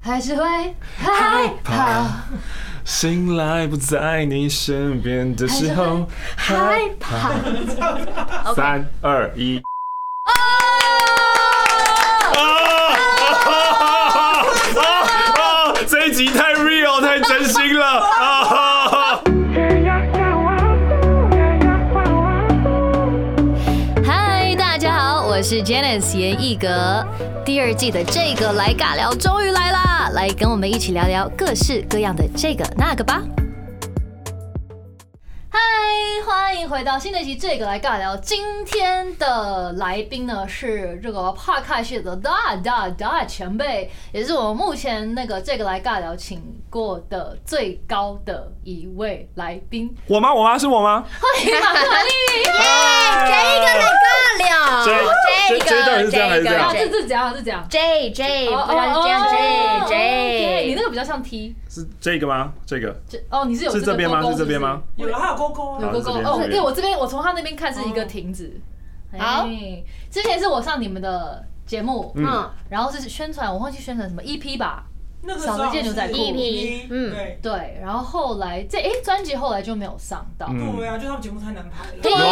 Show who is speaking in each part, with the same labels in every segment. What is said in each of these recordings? Speaker 1: 还是会害怕，
Speaker 2: 醒来不在你身边的时候，
Speaker 1: 害怕。
Speaker 2: 三二一。
Speaker 1: 哦
Speaker 2: 啊！啊！ 这一集太 real，太真心了啊！
Speaker 1: 嗨，大家好，我是 Janice 严艺格。第二季的这个来尬聊终于来啦，来跟我们一起聊聊各式各样的这个那个吧。嗨，欢迎回到新的一期这个来尬聊。今天的来宾呢是这个帕卡谢的大大大前辈，也是我目前那个这个来尬聊请过的最高的一位来宾。哎
Speaker 2: 我吗？我吗？是我吗？啊
Speaker 1: 欢迎马克玛丽。
Speaker 2: 这这这一段是这样还是这
Speaker 1: 啊，
Speaker 2: 样？
Speaker 1: 这这怎样？这怎样？
Speaker 3: J J，
Speaker 1: 哦
Speaker 3: 不
Speaker 1: 哦
Speaker 3: 知道是这样
Speaker 1: 哦
Speaker 3: J
Speaker 1: ，OK，你
Speaker 3: J，
Speaker 1: 那个比较像 T，
Speaker 2: 是这个吗？这个
Speaker 1: 这哦，你是有
Speaker 2: 是这边吗？是这边吗？？
Speaker 4: 有了，还有勾勾
Speaker 1: 有
Speaker 4: 啊。
Speaker 1: 勾勾
Speaker 2: 好
Speaker 1: 哦，
Speaker 2: 这边这
Speaker 1: 对
Speaker 2: 边
Speaker 1: 我这边我从他那边看是一个亭子。
Speaker 3: 好
Speaker 1: 哎，之前是我上你们的节目，
Speaker 2: 嗯，
Speaker 3: 嗯，
Speaker 1: 然后是宣传，我忘记宣传什么 EP 吧，
Speaker 4: 那个时
Speaker 1: 少
Speaker 4: 候
Speaker 1: 了一件牛仔裤
Speaker 4: 是
Speaker 3: 一匹
Speaker 4: 一
Speaker 3: 嗯
Speaker 4: 对，
Speaker 1: 对，然后后来这哎专辑后来就没有上到，
Speaker 2: 嗯
Speaker 4: 对啊，就他们节目太难拍了。
Speaker 3: 对
Speaker 2: 乱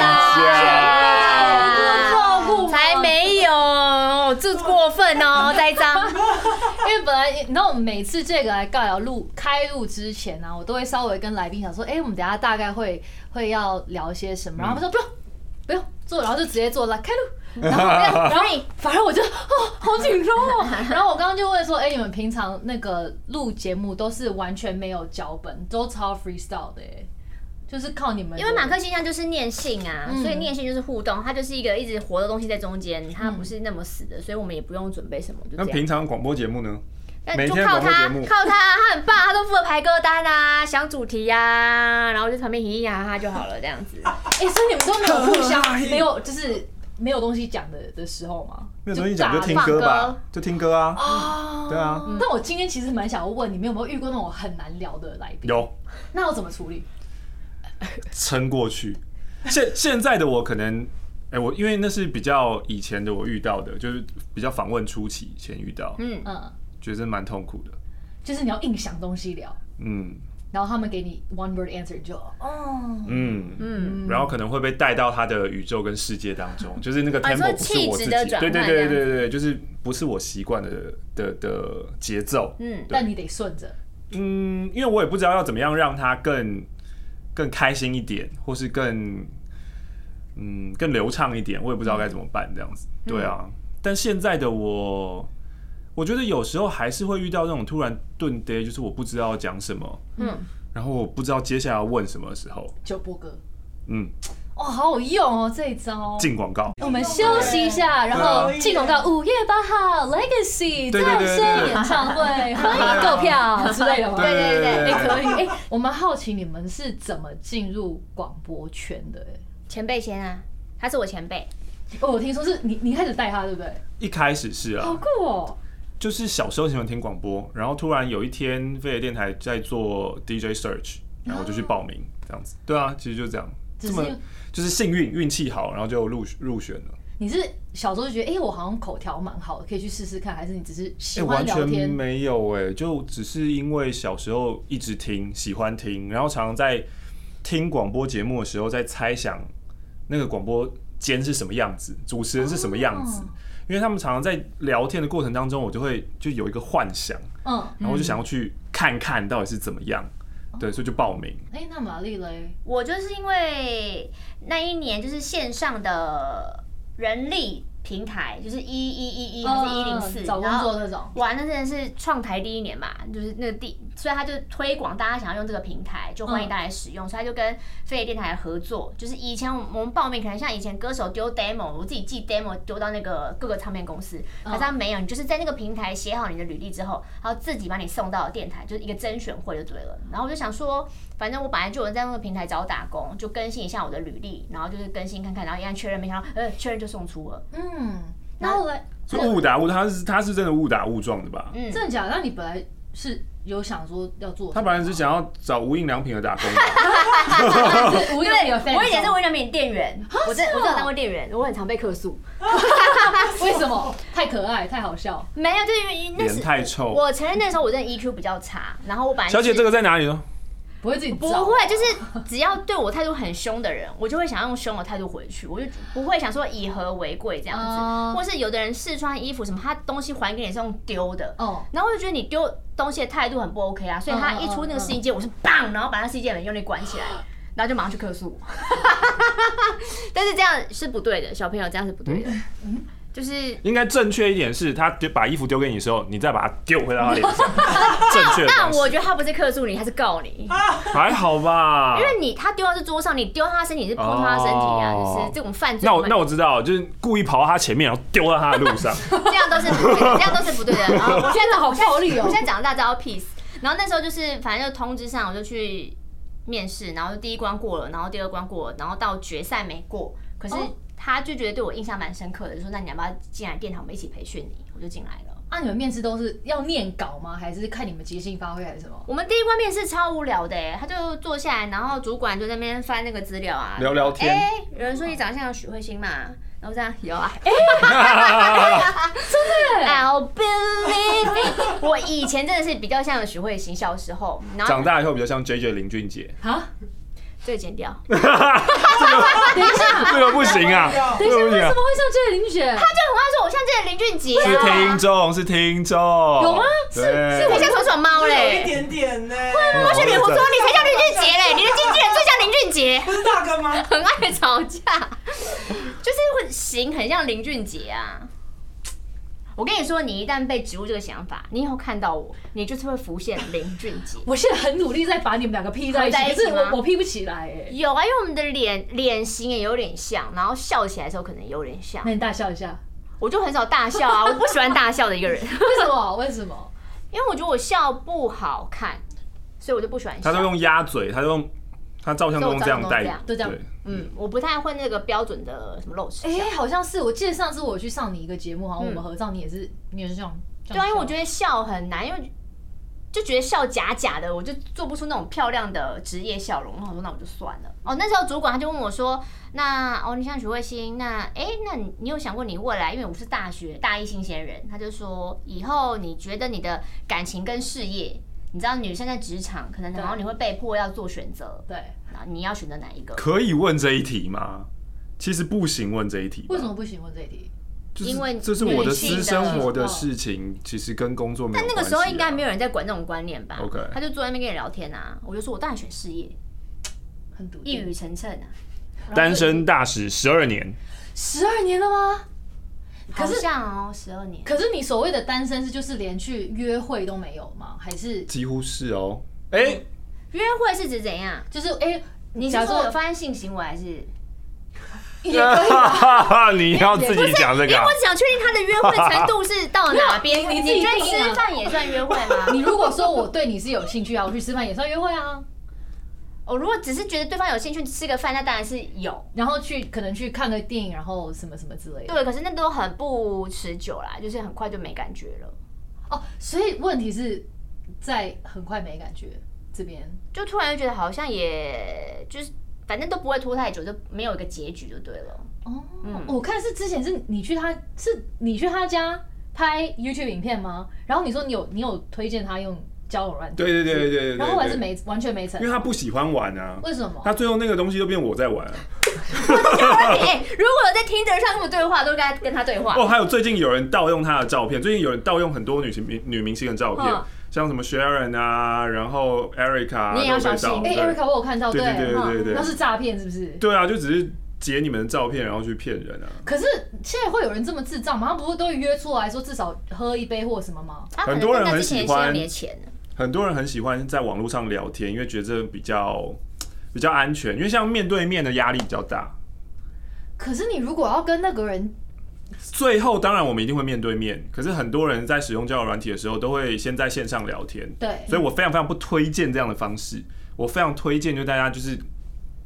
Speaker 3: 啦
Speaker 2: 讲
Speaker 1: 照顾吗
Speaker 3: 才没有，这过分哦，栽赃。
Speaker 1: 因为本来你知道，我们每次这个来尬聊录开录之前呢、啊，我都会稍微跟来宾讲说，哎、我们等一下大概会会要聊些什么，然后他们说不用不用做，然后就直接做来开录，然后然后反而我就哦好紧张哦， 然后我刚刚就问说，哎、你们平常那个录节目都是完全没有脚本，都超 freestyle 的、欸，就是靠你们，
Speaker 3: 因为马克信箱就是念信啊，所以念信就是互动，它就是一个一直活的东西在中间，它不是那么死的，所以我们也不用准备什么，就
Speaker 2: 那
Speaker 3: 这
Speaker 2: 平
Speaker 3: 样。
Speaker 2: 常广播节目呢？
Speaker 3: 但
Speaker 2: 每
Speaker 3: 就
Speaker 2: 天
Speaker 3: 靠
Speaker 2: 广播节
Speaker 3: 他，
Speaker 2: 目
Speaker 3: 靠他，他很棒，他都负责排歌单啊，想主题啊，然后就旁边嘻嘻哈哈就好了，这样 子。
Speaker 1: 哎、所以你们都没有互相没 有就是没有东西讲的的时候吗？
Speaker 2: 没有东西讲就
Speaker 1: 尬
Speaker 2: 听
Speaker 1: 聊
Speaker 2: 歌
Speaker 3: 放
Speaker 2: 吧
Speaker 3: 歌，
Speaker 2: 就听歌啊。
Speaker 1: 啊
Speaker 2: 对啊
Speaker 1: 但我今天其实蛮想要问你们有没有遇过那种很难聊的来宾？，
Speaker 2: 有
Speaker 1: 那要怎么处理？
Speaker 2: 撑过去。现现在的我可能，哎、我因为那是比较以前的我遇到的，就是比较访问初期以前遇到，
Speaker 3: 嗯，
Speaker 1: 嗯，
Speaker 2: 觉得蛮痛苦的。
Speaker 1: 就是你要硬想东西聊，
Speaker 2: 嗯
Speaker 1: 然后他们给你 one word answer，你就哦，
Speaker 2: 嗯
Speaker 3: 嗯
Speaker 2: 然后可能会被带到他的宇宙跟世界当中，就是那个
Speaker 3: 啊你说
Speaker 2: tempo 不是我自
Speaker 3: 气质
Speaker 2: 己，
Speaker 3: 的
Speaker 2: 对对
Speaker 3: 转换
Speaker 2: 对对
Speaker 3: 这
Speaker 2: 对对，就是不是我习惯的的的节奏。
Speaker 3: 嗯，
Speaker 1: 但你得顺着，
Speaker 2: 嗯，因为我也不知道要怎么样让他更更开心一点，或是更嗯更流畅一点，我也不知道该怎么办这样子。
Speaker 3: 嗯
Speaker 2: 对啊，但现在的我，我觉得有时候还是会遇到那种突然顿呆，就是我不知道讲什么，
Speaker 3: 嗯，
Speaker 2: 然后我不知道接下来要问什么的时候，
Speaker 1: 就播歌。
Speaker 2: 嗯，
Speaker 1: 哦，好有用哦，这一招。
Speaker 2: 进广
Speaker 3: 哦
Speaker 2: 告。
Speaker 1: 我们休息一下，然后进广告。五月八号，Legacy
Speaker 2: 对对
Speaker 1: 再
Speaker 2: 对对
Speaker 1: 生演唱会，欢迎购票之类的吗？
Speaker 3: 对对
Speaker 1: 哎，可以。哎，我蛮好奇你们是怎么进入广播圈的？哎，
Speaker 3: 前辈先啊，他是我前辈，
Speaker 1: 哦，我听说是你，你开始带他，对不对？
Speaker 2: 一开始是啊，
Speaker 1: 好酷哦！
Speaker 2: 就是小时候喜欢听广播，然后突然有一天飞碟电台在做 DJ search，然后我就去报名，这样子。对啊，其实就这样，
Speaker 1: 只
Speaker 2: 这
Speaker 1: 是
Speaker 2: 么就是幸运，运气好，然后就入入选了。
Speaker 1: 你是小时候就觉得，哎、我好像口条蛮好的，可以去试试看，还是你只是喜
Speaker 2: 哎，
Speaker 1: 欢
Speaker 2: 完
Speaker 1: 聊
Speaker 2: 全
Speaker 1: 天？
Speaker 2: 没有哎、就只是因为小时候一直听，喜欢听，然后常常在听广播节目的时候在猜想那个广播间是什么样子，主持人是什么样子，
Speaker 1: 哦
Speaker 2: 因为他们常常在聊天的过程当中，我就会就有一个幻想。
Speaker 1: 嗯，
Speaker 2: 然后我就想要去看看到底是怎么样，对，所以就报名。
Speaker 1: 哎、那玛丽嘞？
Speaker 3: 我就是因为那一年就是线上的人力平台，就是一一一一还是一零四，
Speaker 1: 嗯找工
Speaker 3: 然后
Speaker 1: 作那种。
Speaker 3: 哇，那真的是创台第一年嘛，就是那个第，所以他就推广大家想要用这个平台，就欢迎大家来使用，所以他就跟飞碟电台合作。就是以前我们我们报名，可能像以前歌手丢 demo，我自己寄 demo 丢到那个各个唱片公司，可是他没有，你就是在那个平台写好你的履历之后，然后自己把你送到电台，就是一个甄选会就对了。然后我就想说，反正我本来就有在那个平台找打工，就更新一下我的履历，然后就是更新看看，然后一按确认，没想到呃确认就送出了，
Speaker 1: 嗯，然后嘞，
Speaker 2: 就误打误，他是他是真的误打误撞的吧？
Speaker 3: 哦嗯。
Speaker 1: 真的假的？那你本来是有想说要做什
Speaker 2: 他
Speaker 1: 么吗？
Speaker 2: 本来是想要找无印良品的打工的，
Speaker 1: 是无意间有哦 fan
Speaker 3: 我以前是
Speaker 1: 照
Speaker 3: 微良品店员，我真我真有当过店员，我很常被客诉。
Speaker 1: 为什么太可爱太好笑？
Speaker 3: 没有，就是因为那
Speaker 2: 脸
Speaker 3: 时
Speaker 2: 太臭。
Speaker 3: 我承认那时候我真的 EQ 比较差，然后我本来
Speaker 2: 小姐，
Speaker 3: 是
Speaker 2: 这个在哪里呢？
Speaker 1: 不会自己
Speaker 3: 不
Speaker 1: 找
Speaker 3: 会，就是只要对我态度很凶的人，我就会想用凶的态度回去，我就不会想说以和为贵这样
Speaker 1: 哦
Speaker 3: 子，或是有的人试穿衣服什么，他东西还给你是用丢的，
Speaker 1: 哦，
Speaker 3: 然后我就觉得你丢东西的态度很不 OK 啊，所以他一出那个试衣间，我是棒，然后把那试衣间门用力关起来，然后就马上去客诉我。 但是这样是不对的，小朋友这样是不对的，就是
Speaker 2: 应该正确一点是，他丢把衣服丢给你的时候，你再把它丢回到他脸 上。正确的
Speaker 3: 但
Speaker 2: 方
Speaker 3: 我
Speaker 2: 式
Speaker 3: 觉得他不是客诉你，他是告你。
Speaker 2: 还好吧
Speaker 3: 因？为你他丢到这桌上，你丢到他身体你是扑到他身体啊，
Speaker 2: 哦
Speaker 3: 就是这种犯罪
Speaker 2: 那
Speaker 3: 行
Speaker 2: 我
Speaker 3: 为。
Speaker 2: 那我知道，就是故意跑到他前面，然后丢到他的 路上。
Speaker 3: 这样都是不对的，这样都是不对的。然 后我现
Speaker 1: 天哪，好暴力
Speaker 3: 在
Speaker 1: 哦
Speaker 3: 我！现在长大知道 peace，然后那时候就是反正就通知上我就去面试，然后第一关过了，然后第二关过了，然后到决赛没过，可是
Speaker 1: 哦
Speaker 3: 他就觉得对我印象蛮深刻的，就说那你要不要进来电台我们一起培训你？我就进来了。
Speaker 1: 啊，你们面试都是要念稿吗？还是看你们即兴发挥还是什么？
Speaker 3: 我们第一关面试超无聊的、欸，他就坐下来，然后主管就在那边翻那个资料啊，
Speaker 2: 聊聊天
Speaker 3: 哎、有人说你长得像许慧欣嘛，然后这样有啊，I'll believe it 我以前真的是比较像许慧欣，小时候，然后
Speaker 2: 长大以后比较像 J J 林俊杰，
Speaker 1: 啊，
Speaker 3: 这个剪掉，
Speaker 1: 等一下，
Speaker 2: 这个不行啊，这
Speaker 1: 等一下，
Speaker 2: 个
Speaker 1: 为
Speaker 2: 不行
Speaker 1: 什
Speaker 2: 啊
Speaker 1: 么。会像这个林雪？
Speaker 3: 他就很爱说我像这个林俊杰
Speaker 2: 是听
Speaker 3: 啊，
Speaker 2: 众，是听众，有
Speaker 1: 吗是是
Speaker 3: 我像小小猫
Speaker 4: 有一
Speaker 3: 嘞。
Speaker 4: 点点呢、
Speaker 2: 嗯我
Speaker 3: 而且你胡说，你才像林俊杰嘞，你的经纪人最像林俊杰，
Speaker 4: 不是大哥吗？
Speaker 1: 哎
Speaker 3: 很爱吵架，就是会型很像林俊杰啊。我跟你说，你一旦被植入这个想法，你以后看到我，你就是会浮现林俊 杰。
Speaker 1: 我现在很努力在把你们两个 P 在一起，
Speaker 3: 合在
Speaker 1: 可
Speaker 3: 一起
Speaker 1: 是
Speaker 3: 吗
Speaker 1: 我我 P 不起来哎。
Speaker 3: 有啊，因为我们的脸脸型也有点像，然后笑起来的时候可能有点像
Speaker 1: 那。你大笑一下，
Speaker 3: 我就很少大笑啊，我不喜欢大笑的一个人，
Speaker 1: 为什么？为什么？
Speaker 3: 因为我觉得我笑不好看，所以我就不喜欢笑。
Speaker 2: 他都用鸭嘴，他都用他照相都用这样带，
Speaker 1: 都这样
Speaker 2: 对
Speaker 3: 嗯，我不太会那个标准的什么露齿
Speaker 1: 哎
Speaker 3: 笑。，
Speaker 1: 好像是，我记得上次我去上你一个节目，好像我们
Speaker 3: 嗯
Speaker 1: 合照，你也是，你也是这样。
Speaker 3: 对啊，因为我觉
Speaker 1: 得
Speaker 3: 得笑很难，因为就觉得笑假假的，我就做不出那种漂亮的职业笑容。我想说那我就算了。哦，那时候主管他就问我说：“那哦，你像许慧欣，那哎、那你你有想过你未来？因为我们是大学大一新鲜人，他就说以后你觉得你的感情跟事业，你知道女生在职场可能然后你会被迫要做选择，
Speaker 1: 对，
Speaker 3: 然后你要选择哪一个？
Speaker 2: 可以问这一题吗？其实不行，问这一题吧。
Speaker 1: 为什么不行？问这一题，
Speaker 2: 就是
Speaker 3: 因为
Speaker 2: 这是我的私生活的
Speaker 1: 女性的
Speaker 2: 事情，其实跟工作没有
Speaker 3: 但
Speaker 2: 关系啊。
Speaker 3: 那个时候应该没有人在管这种观念吧
Speaker 2: OK
Speaker 3: 他就坐在那边跟你聊天啊，我就说我当然选事业，
Speaker 1: 很独
Speaker 3: 一
Speaker 1: 立。
Speaker 3: 语成谶啊。
Speaker 2: 单身大使十二年，
Speaker 1: 十二年了吗？可
Speaker 3: 可
Speaker 1: 是
Speaker 3: 是像哦，十二年，
Speaker 1: 可是你所谓的单身是就是连去约会都没有吗？还是
Speaker 2: 几乎是哦。哎，
Speaker 3: 约会是指怎样？
Speaker 1: 就是哎、
Speaker 3: 你
Speaker 1: 假
Speaker 3: 是
Speaker 1: 如
Speaker 3: 说
Speaker 1: 说
Speaker 3: 有 发生性行为还是？因
Speaker 1: 也可以吧
Speaker 2: 你要自己讲这个
Speaker 3: 为
Speaker 2: 啊
Speaker 3: 我。想确定他的约会程度是到哪边。
Speaker 1: 没有你 自
Speaker 3: 你
Speaker 1: 己
Speaker 3: 觉得
Speaker 1: 定啊
Speaker 3: 吃饭也算约会 吗？
Speaker 1: 你如果说我对你是有兴趣啊，我去吃饭也算约会啊，
Speaker 3: 我如果只是觉得对方有兴趣吃个饭，那当然是有。
Speaker 1: 然后去可能去看个电影，然后什么什么之类的。
Speaker 3: 对，可是那都很不持久啦，就是很快就没感觉了，
Speaker 1: 哦，所以问题是在很快没感觉这边。
Speaker 3: 就突然就觉得好像也就是反正都不会拖太久，就没有一个结局就对了。
Speaker 1: 哦，
Speaker 3: 嗯
Speaker 1: 我看是之前是你去他是你去他家拍 YouTube 影片吗？然后你说你有你有推荐他用交友软件，
Speaker 2: 对对对对对对。
Speaker 1: 然后后来是
Speaker 2: 对，
Speaker 1: 没完全没成
Speaker 2: 因为，他不喜欢玩啊。
Speaker 1: 为什么？
Speaker 2: 他最后那个东西就变我在玩啊。
Speaker 3: 哎，如果有在 Tinder 上跟我对话，都跟他跟他对话。
Speaker 2: 哦，还有最近有人盗用他的照片，最近有人盗用很多女星明女明星的照片
Speaker 3: 嗯，
Speaker 2: 像什么 Sharon 啊，然后 Erica，啊
Speaker 3: 你也要小心
Speaker 2: 都
Speaker 1: 哎、
Speaker 2: 被
Speaker 1: 欸、
Speaker 2: 盗对
Speaker 1: ，Erica，我有看到，
Speaker 2: 对对对
Speaker 1: 嗯
Speaker 2: 对对
Speaker 1: 那是诈骗是不是？
Speaker 2: 对啊，就只是截你们的照片然后去骗人啊。
Speaker 1: 可是现在会有人这么智障吗？他不是都会约出来说至少喝一杯或什么吗？
Speaker 3: 他可
Speaker 2: 很
Speaker 3: 能
Speaker 2: 多人
Speaker 3: 跟他
Speaker 2: 很
Speaker 3: 之前
Speaker 2: 喜
Speaker 3: 是
Speaker 2: 欢
Speaker 3: 用你的钱呢。
Speaker 2: 很多人很喜欢在网络上聊天，因为觉得这比较比较安全，因为像面对面的压力比较大。
Speaker 1: 可是你如果要跟那个人，
Speaker 2: 最后当然我们一定会面对面，可是很多人在使用交友软体的时候都会先在线上聊天，
Speaker 1: 对，
Speaker 2: 所以我非常非常不推荐这样的方式。我非常推荐，就大家就是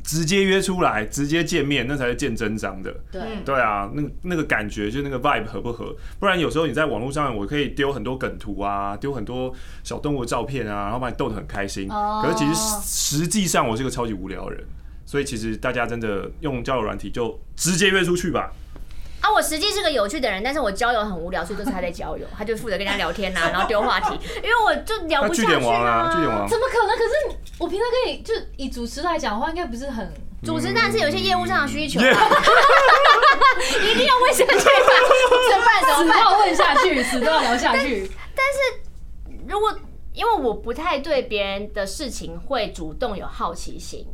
Speaker 2: 直接约出来，直接见面，那才是见真章的。
Speaker 1: 对
Speaker 3: 嗯
Speaker 2: 对啊，那个那个感觉就那个 vibe 合不合？不然有时候你在网络上，我可以丢很多梗图啊，丢很多小动物的照片啊，然后把你逗得很开心。
Speaker 1: 哦
Speaker 2: 可是其实实实际上我是个超级无聊的人，所以其实大家真的用交友软体就直接约出去吧。
Speaker 3: 啊，我实际是个有趣的人，但是我交友很无聊，所以都是他在交友，他就负责跟人家聊天呐、啊，然后丢 话题，因为我就聊
Speaker 2: 那
Speaker 3: 哦不
Speaker 2: 据
Speaker 3: 下去
Speaker 2: 点王啊，据点王
Speaker 1: 怎么可能？可是你我平常可以就以主持来讲的话，应该不是 很
Speaker 3: 主持但是有一些业务上的需求啊，
Speaker 2: 耶
Speaker 3: 一定要问 下去吧，怎么办？怎
Speaker 1: 死都
Speaker 3: 么办？
Speaker 1: 要问下去，死都要聊下 去。
Speaker 3: 如果因为我不太对别人的事情会主动有好奇心，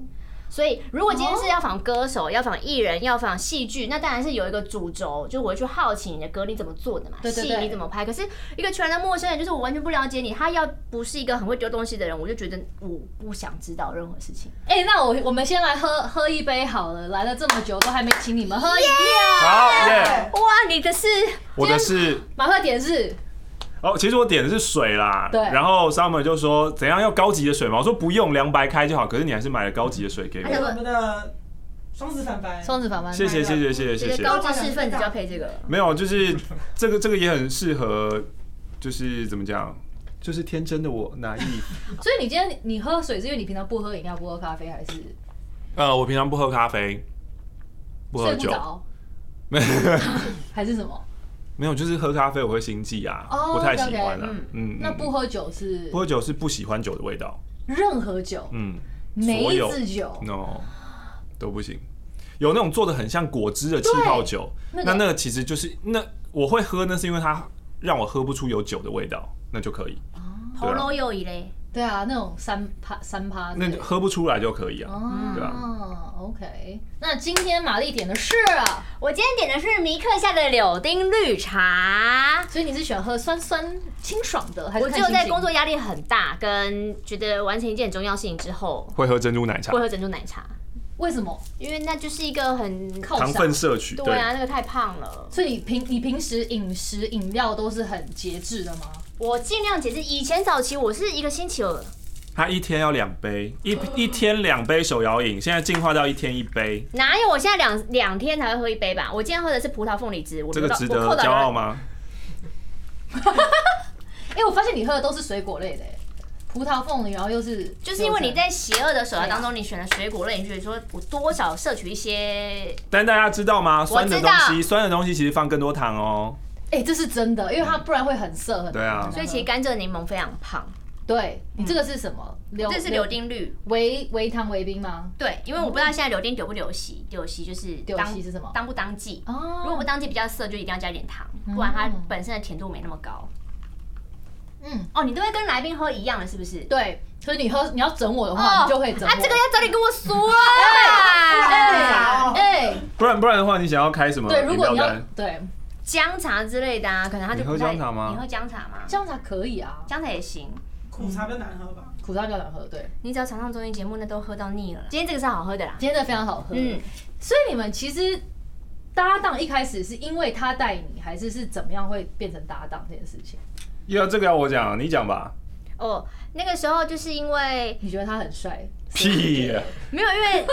Speaker 3: 所以如果今天是要访歌手、要访艺人、要访戏剧，那当然是有一个主轴，就我会去好奇你的歌你怎么做的嘛，
Speaker 1: 对对
Speaker 3: 戏
Speaker 1: 对
Speaker 3: 你怎么拍。可是一个全然的陌生人，就是我完全不了解你，他要不是一个很会丢东西的人，我就觉得嗯我不想知道任何事情。
Speaker 1: 哎、那我我们先来喝喝一杯好了，来了这么久都还没请你们喝一
Speaker 2: 好耶！
Speaker 3: 哇，你的是
Speaker 2: 我的是
Speaker 1: 马克点是
Speaker 2: 哦，其实我点的是水啦。
Speaker 1: 对
Speaker 2: 然后 Summer 就说怎样要高级的水吗？我说不用，凉白开就好。可是你还是买了高级的水给
Speaker 3: 哎呀
Speaker 2: 我。
Speaker 4: 我们的双子反白，
Speaker 1: 双子反班，
Speaker 2: 谢谢谢谢谢谢谢
Speaker 3: 这
Speaker 2: 谢
Speaker 3: 个。高知识分子就要配这个了。
Speaker 2: 没有，就是这个这个也很适合，就是怎么讲，就是天真的我拿意。
Speaker 1: 所以你今天你喝水是因为你平常不喝饮料、不喝咖啡，还是
Speaker 2: 呃，我平常不喝咖啡，不喝
Speaker 1: 睡不
Speaker 2: 酒，
Speaker 1: 着，还是什么？
Speaker 2: 没有，就是喝咖啡我会心悸啊，
Speaker 1: 哦
Speaker 2: 不太喜欢啊
Speaker 1: OK，嗯。
Speaker 2: 嗯，
Speaker 1: 那不
Speaker 2: 嗯
Speaker 1: 喝酒是
Speaker 2: 不喝酒是不喜欢酒的味道，
Speaker 1: 任何酒，
Speaker 2: 嗯所
Speaker 1: 梅
Speaker 2: 有
Speaker 1: 子酒，
Speaker 2: ，no 都不行。有那种做的很像果汁的气泡酒，
Speaker 1: 对那
Speaker 2: 那
Speaker 1: 个
Speaker 2: 那个其实就是那我会喝，那是因为它让我喝不出有酒的味道，那就可以，
Speaker 3: 喉咙又一类，
Speaker 1: 对啊，那种三趴三趴之
Speaker 2: 那
Speaker 1: 类
Speaker 2: 就
Speaker 1: 的，
Speaker 2: 喝不出来就可以啊。对
Speaker 1: 哦，OK。那今天玛丽点的啊是，
Speaker 3: 我今天点的是米克下的柳丁绿茶。
Speaker 1: 所以你是喜欢喝酸酸清爽的，还是
Speaker 3: 我只
Speaker 1: 看
Speaker 3: 有在
Speaker 1: 心情
Speaker 3: 工作压力很大，跟觉得完成一件很重要事情之后，
Speaker 2: 会喝珍珠奶茶
Speaker 3: 会，喝珍珠奶茶，
Speaker 1: 为什么？
Speaker 3: 因为那就是一个很
Speaker 1: 靠
Speaker 2: 糖分摄取，
Speaker 3: 对啊，那个太胖了。
Speaker 1: 所以你平你平时饮食饮料都是很节制的吗？
Speaker 3: 我尽量解释，以前早期我是一个星期有，
Speaker 2: 他一天要两杯，一一天两杯手摇饮，现在进化到一天一杯，
Speaker 3: 哪有我现在两两天才会喝一杯吧？我今天喝的是葡萄凤梨汁，我
Speaker 2: 这个
Speaker 3: 不到
Speaker 2: 值
Speaker 3: 我扣
Speaker 2: 得
Speaker 3: 到
Speaker 2: 骄傲
Speaker 3: 两？
Speaker 2: 吗？
Speaker 1: 哎、我发现你喝的都是水果类的、欸，葡萄、凤梨，然后又是
Speaker 3: 就是因为
Speaker 1: 啊
Speaker 3: 你在邪恶的手段当中，你选了水果类，你觉得说我多少摄取一些，
Speaker 2: 但大家知道吗？酸的
Speaker 3: 知
Speaker 2: 东
Speaker 3: 道
Speaker 2: 西，酸的东西其实放更多糖哦。
Speaker 1: 哎、这是真的，因为它不然会很涩很
Speaker 2: 对啊
Speaker 3: 所以其实甘蔗柠檬非常胖，
Speaker 1: 对你这个是什么？柳
Speaker 3: 嗯这是柳丁绿。
Speaker 1: 维维糖维冰吗？
Speaker 3: 对，因为我不知道现在柳丁丢不流席，流席就是
Speaker 1: 柳
Speaker 3: 当
Speaker 1: 席是什么
Speaker 3: 当不当季。
Speaker 1: 哦，
Speaker 3: 如果不当季比较涩，就一定要加一点糖，不然它本身的甜度没那么高。
Speaker 1: 嗯
Speaker 3: 哦，你都会跟来宾喝一样的，是不是？
Speaker 1: 对，所以你喝你要整我的话，你就会整我。
Speaker 3: 啊，这个要哎早点跟我说
Speaker 1: 哎
Speaker 3: 啊！
Speaker 1: 哎、
Speaker 2: 不然不然的话，你想要开什么
Speaker 1: 对，如
Speaker 2: 饮
Speaker 1: 果
Speaker 2: 料
Speaker 1: 你要
Speaker 2: 单？
Speaker 1: 对
Speaker 3: 姜茶之类的啊，可能他就
Speaker 2: 你喝
Speaker 3: 不太。
Speaker 2: 姜茶吗
Speaker 3: 你喝姜茶吗？
Speaker 1: 这样才可以啊，
Speaker 3: 姜茶也行，
Speaker 4: 苦茶比较难喝吧？
Speaker 1: 苦茶比较难喝。对，
Speaker 3: 你只要常上综艺节目，那都喝到腻了。今天这个是好喝的啦。
Speaker 1: 今天真的非常好喝。
Speaker 3: 嗯，
Speaker 1: 所以你们其实搭档一开始是因为他带你，还是是怎么样会变成搭档这件事情？
Speaker 2: 要这个要我讲，你讲吧。
Speaker 3: 哦，那个时候就是因为
Speaker 1: 你觉得他很帅？
Speaker 2: 屁呀！
Speaker 3: 没有，因为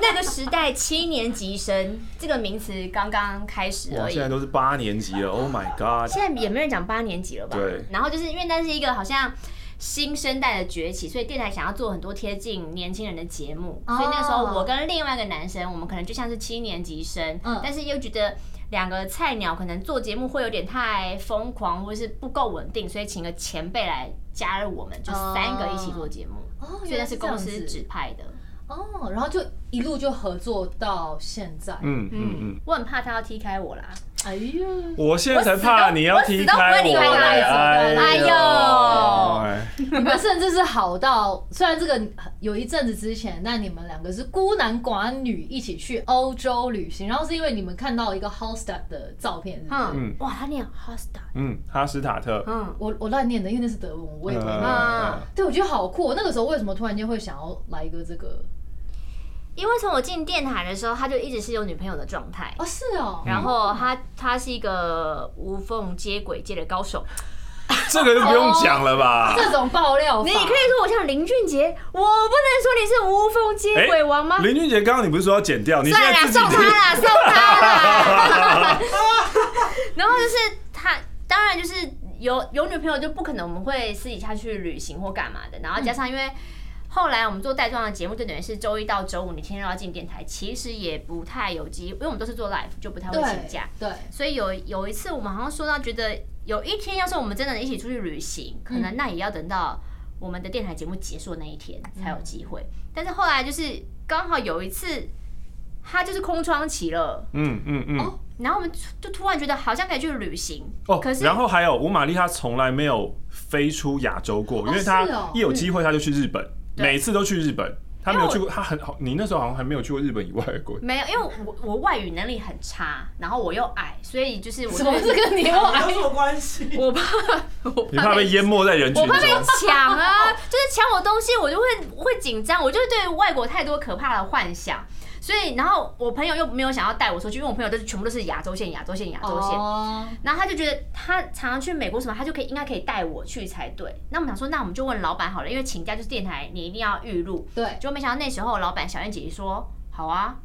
Speaker 3: 那个时代七年级生这个名词刚刚开始
Speaker 2: 哇，
Speaker 3: 而已
Speaker 2: 现在。都是八年级 了，Oh my god！
Speaker 3: 现在也没人讲八年级了吧？
Speaker 2: 对
Speaker 3: 然后就是因为那是一个好像新生代的崛起，所以电台想要做很多贴近年轻人的节目。
Speaker 1: 哦
Speaker 3: 所以那时候我跟另外一个男生，我们可能就像是七年级生，
Speaker 1: 嗯
Speaker 3: 但是又觉得。两个菜鸟可能做节目会有点太疯狂，或是不够稳定，所以请个前辈来加入我们，就
Speaker 1: 哦
Speaker 3: 三个一起做节目。
Speaker 1: 哦，
Speaker 3: 所以
Speaker 1: 原
Speaker 3: 那
Speaker 1: 来
Speaker 3: 是
Speaker 1: 这样
Speaker 3: 公司
Speaker 1: 子
Speaker 3: 指派的。
Speaker 1: 哦，然后就一路就合作到现在。
Speaker 2: 嗯嗯嗯
Speaker 3: 嗯，，我很怕他要踢开我啦。
Speaker 1: 哎呦，
Speaker 2: 我现在才怕你要踢开
Speaker 3: 我死都不会离
Speaker 2: 我
Speaker 3: 开他
Speaker 2: 嘞！哎呦
Speaker 3: 哎
Speaker 2: 哎
Speaker 1: 你们甚至是好到，虽然这个有一阵子之前，但你们两个是孤男寡女一起去欧洲旅行，然后是因为你们看到一个 Hallstatt 的照片，是不是
Speaker 3: 嗯，哇，他念 hosta，
Speaker 2: 嗯，哈斯塔特。
Speaker 3: 嗯，
Speaker 1: 我我乱念的，因为那是德文，我也不会念。
Speaker 3: 啊
Speaker 2: 呃
Speaker 1: 对，我觉得好酷、哦。那个时候为什么突然间会想要来一个这个？
Speaker 3: 因为从我进电台的时候，他就一直是有女朋友的状态。
Speaker 2: 嗯
Speaker 1: 哦，是哦，
Speaker 3: 然后他他是一个无缝接轨界的高手，
Speaker 2: 这个就不用讲了
Speaker 3: 哦
Speaker 2: 吧？
Speaker 1: 这种爆料法
Speaker 3: 你可以说我像林俊杰，我不能说你是无缝接轨王吗？
Speaker 2: 哎林俊杰，刚刚你不是说要剪掉？你现
Speaker 3: 算
Speaker 2: 在
Speaker 3: 了，
Speaker 2: 自己
Speaker 3: 送他啦，送他 啦。然后就是他，当然就是有有女朋友就不可能我们会私底下去旅行或干嘛的。然后加上因为后来我们做带妆的节目，就等于是周一到周五你天天都要进电台，其实也不太有机，因为我们都是做 live，就不太会请假。
Speaker 1: 对，
Speaker 3: 所以有有一次我们好像说到，觉得有一天要是我们真的一起出去旅行，可能那也要等到我们的电台节目结束的那一天才有机会。但是后来就是刚好有一次，他就是空窗期了，
Speaker 2: 嗯嗯嗯。
Speaker 3: 然后我们就突然觉得好像可以去旅行，
Speaker 2: 哦
Speaker 3: 哦可，是
Speaker 2: 然后还有吴玛丽，她从来没有飞出亚洲过，因为
Speaker 1: 是
Speaker 2: 她
Speaker 1: 哦
Speaker 2: 一有机会她就去日本，
Speaker 3: 嗯
Speaker 2: 每次都去日本。她没有去过，她很好。你那时候好像还没有去过日本以外的国家。
Speaker 3: 没有，因为我我外语能力很差，然后我又矮，所以就是我
Speaker 1: 什么
Speaker 3: 对
Speaker 1: 这个你又
Speaker 4: 有
Speaker 1: 矮
Speaker 4: 什么关系？
Speaker 3: 我怕我
Speaker 2: 你怕被淹没在人群
Speaker 3: 我
Speaker 2: 中
Speaker 3: 怕，被 抢啊！就是抢我东西，我就会会紧张，我就会对外国太多可怕的幻想。所以，然后我朋友又没有想要带我出去，因为我朋友都是全部都是亚洲线、亚洲线、亚洲线。
Speaker 1: 哦，
Speaker 3: 然后他就觉得他常常去美国什么，他就可以应该可以带我去才对。那我们想说，那我们就问老板好了，因为请假就是电台你一定要预录。
Speaker 1: 对，
Speaker 3: 结果没想到那时候老板小燕姐姐说：“好啊，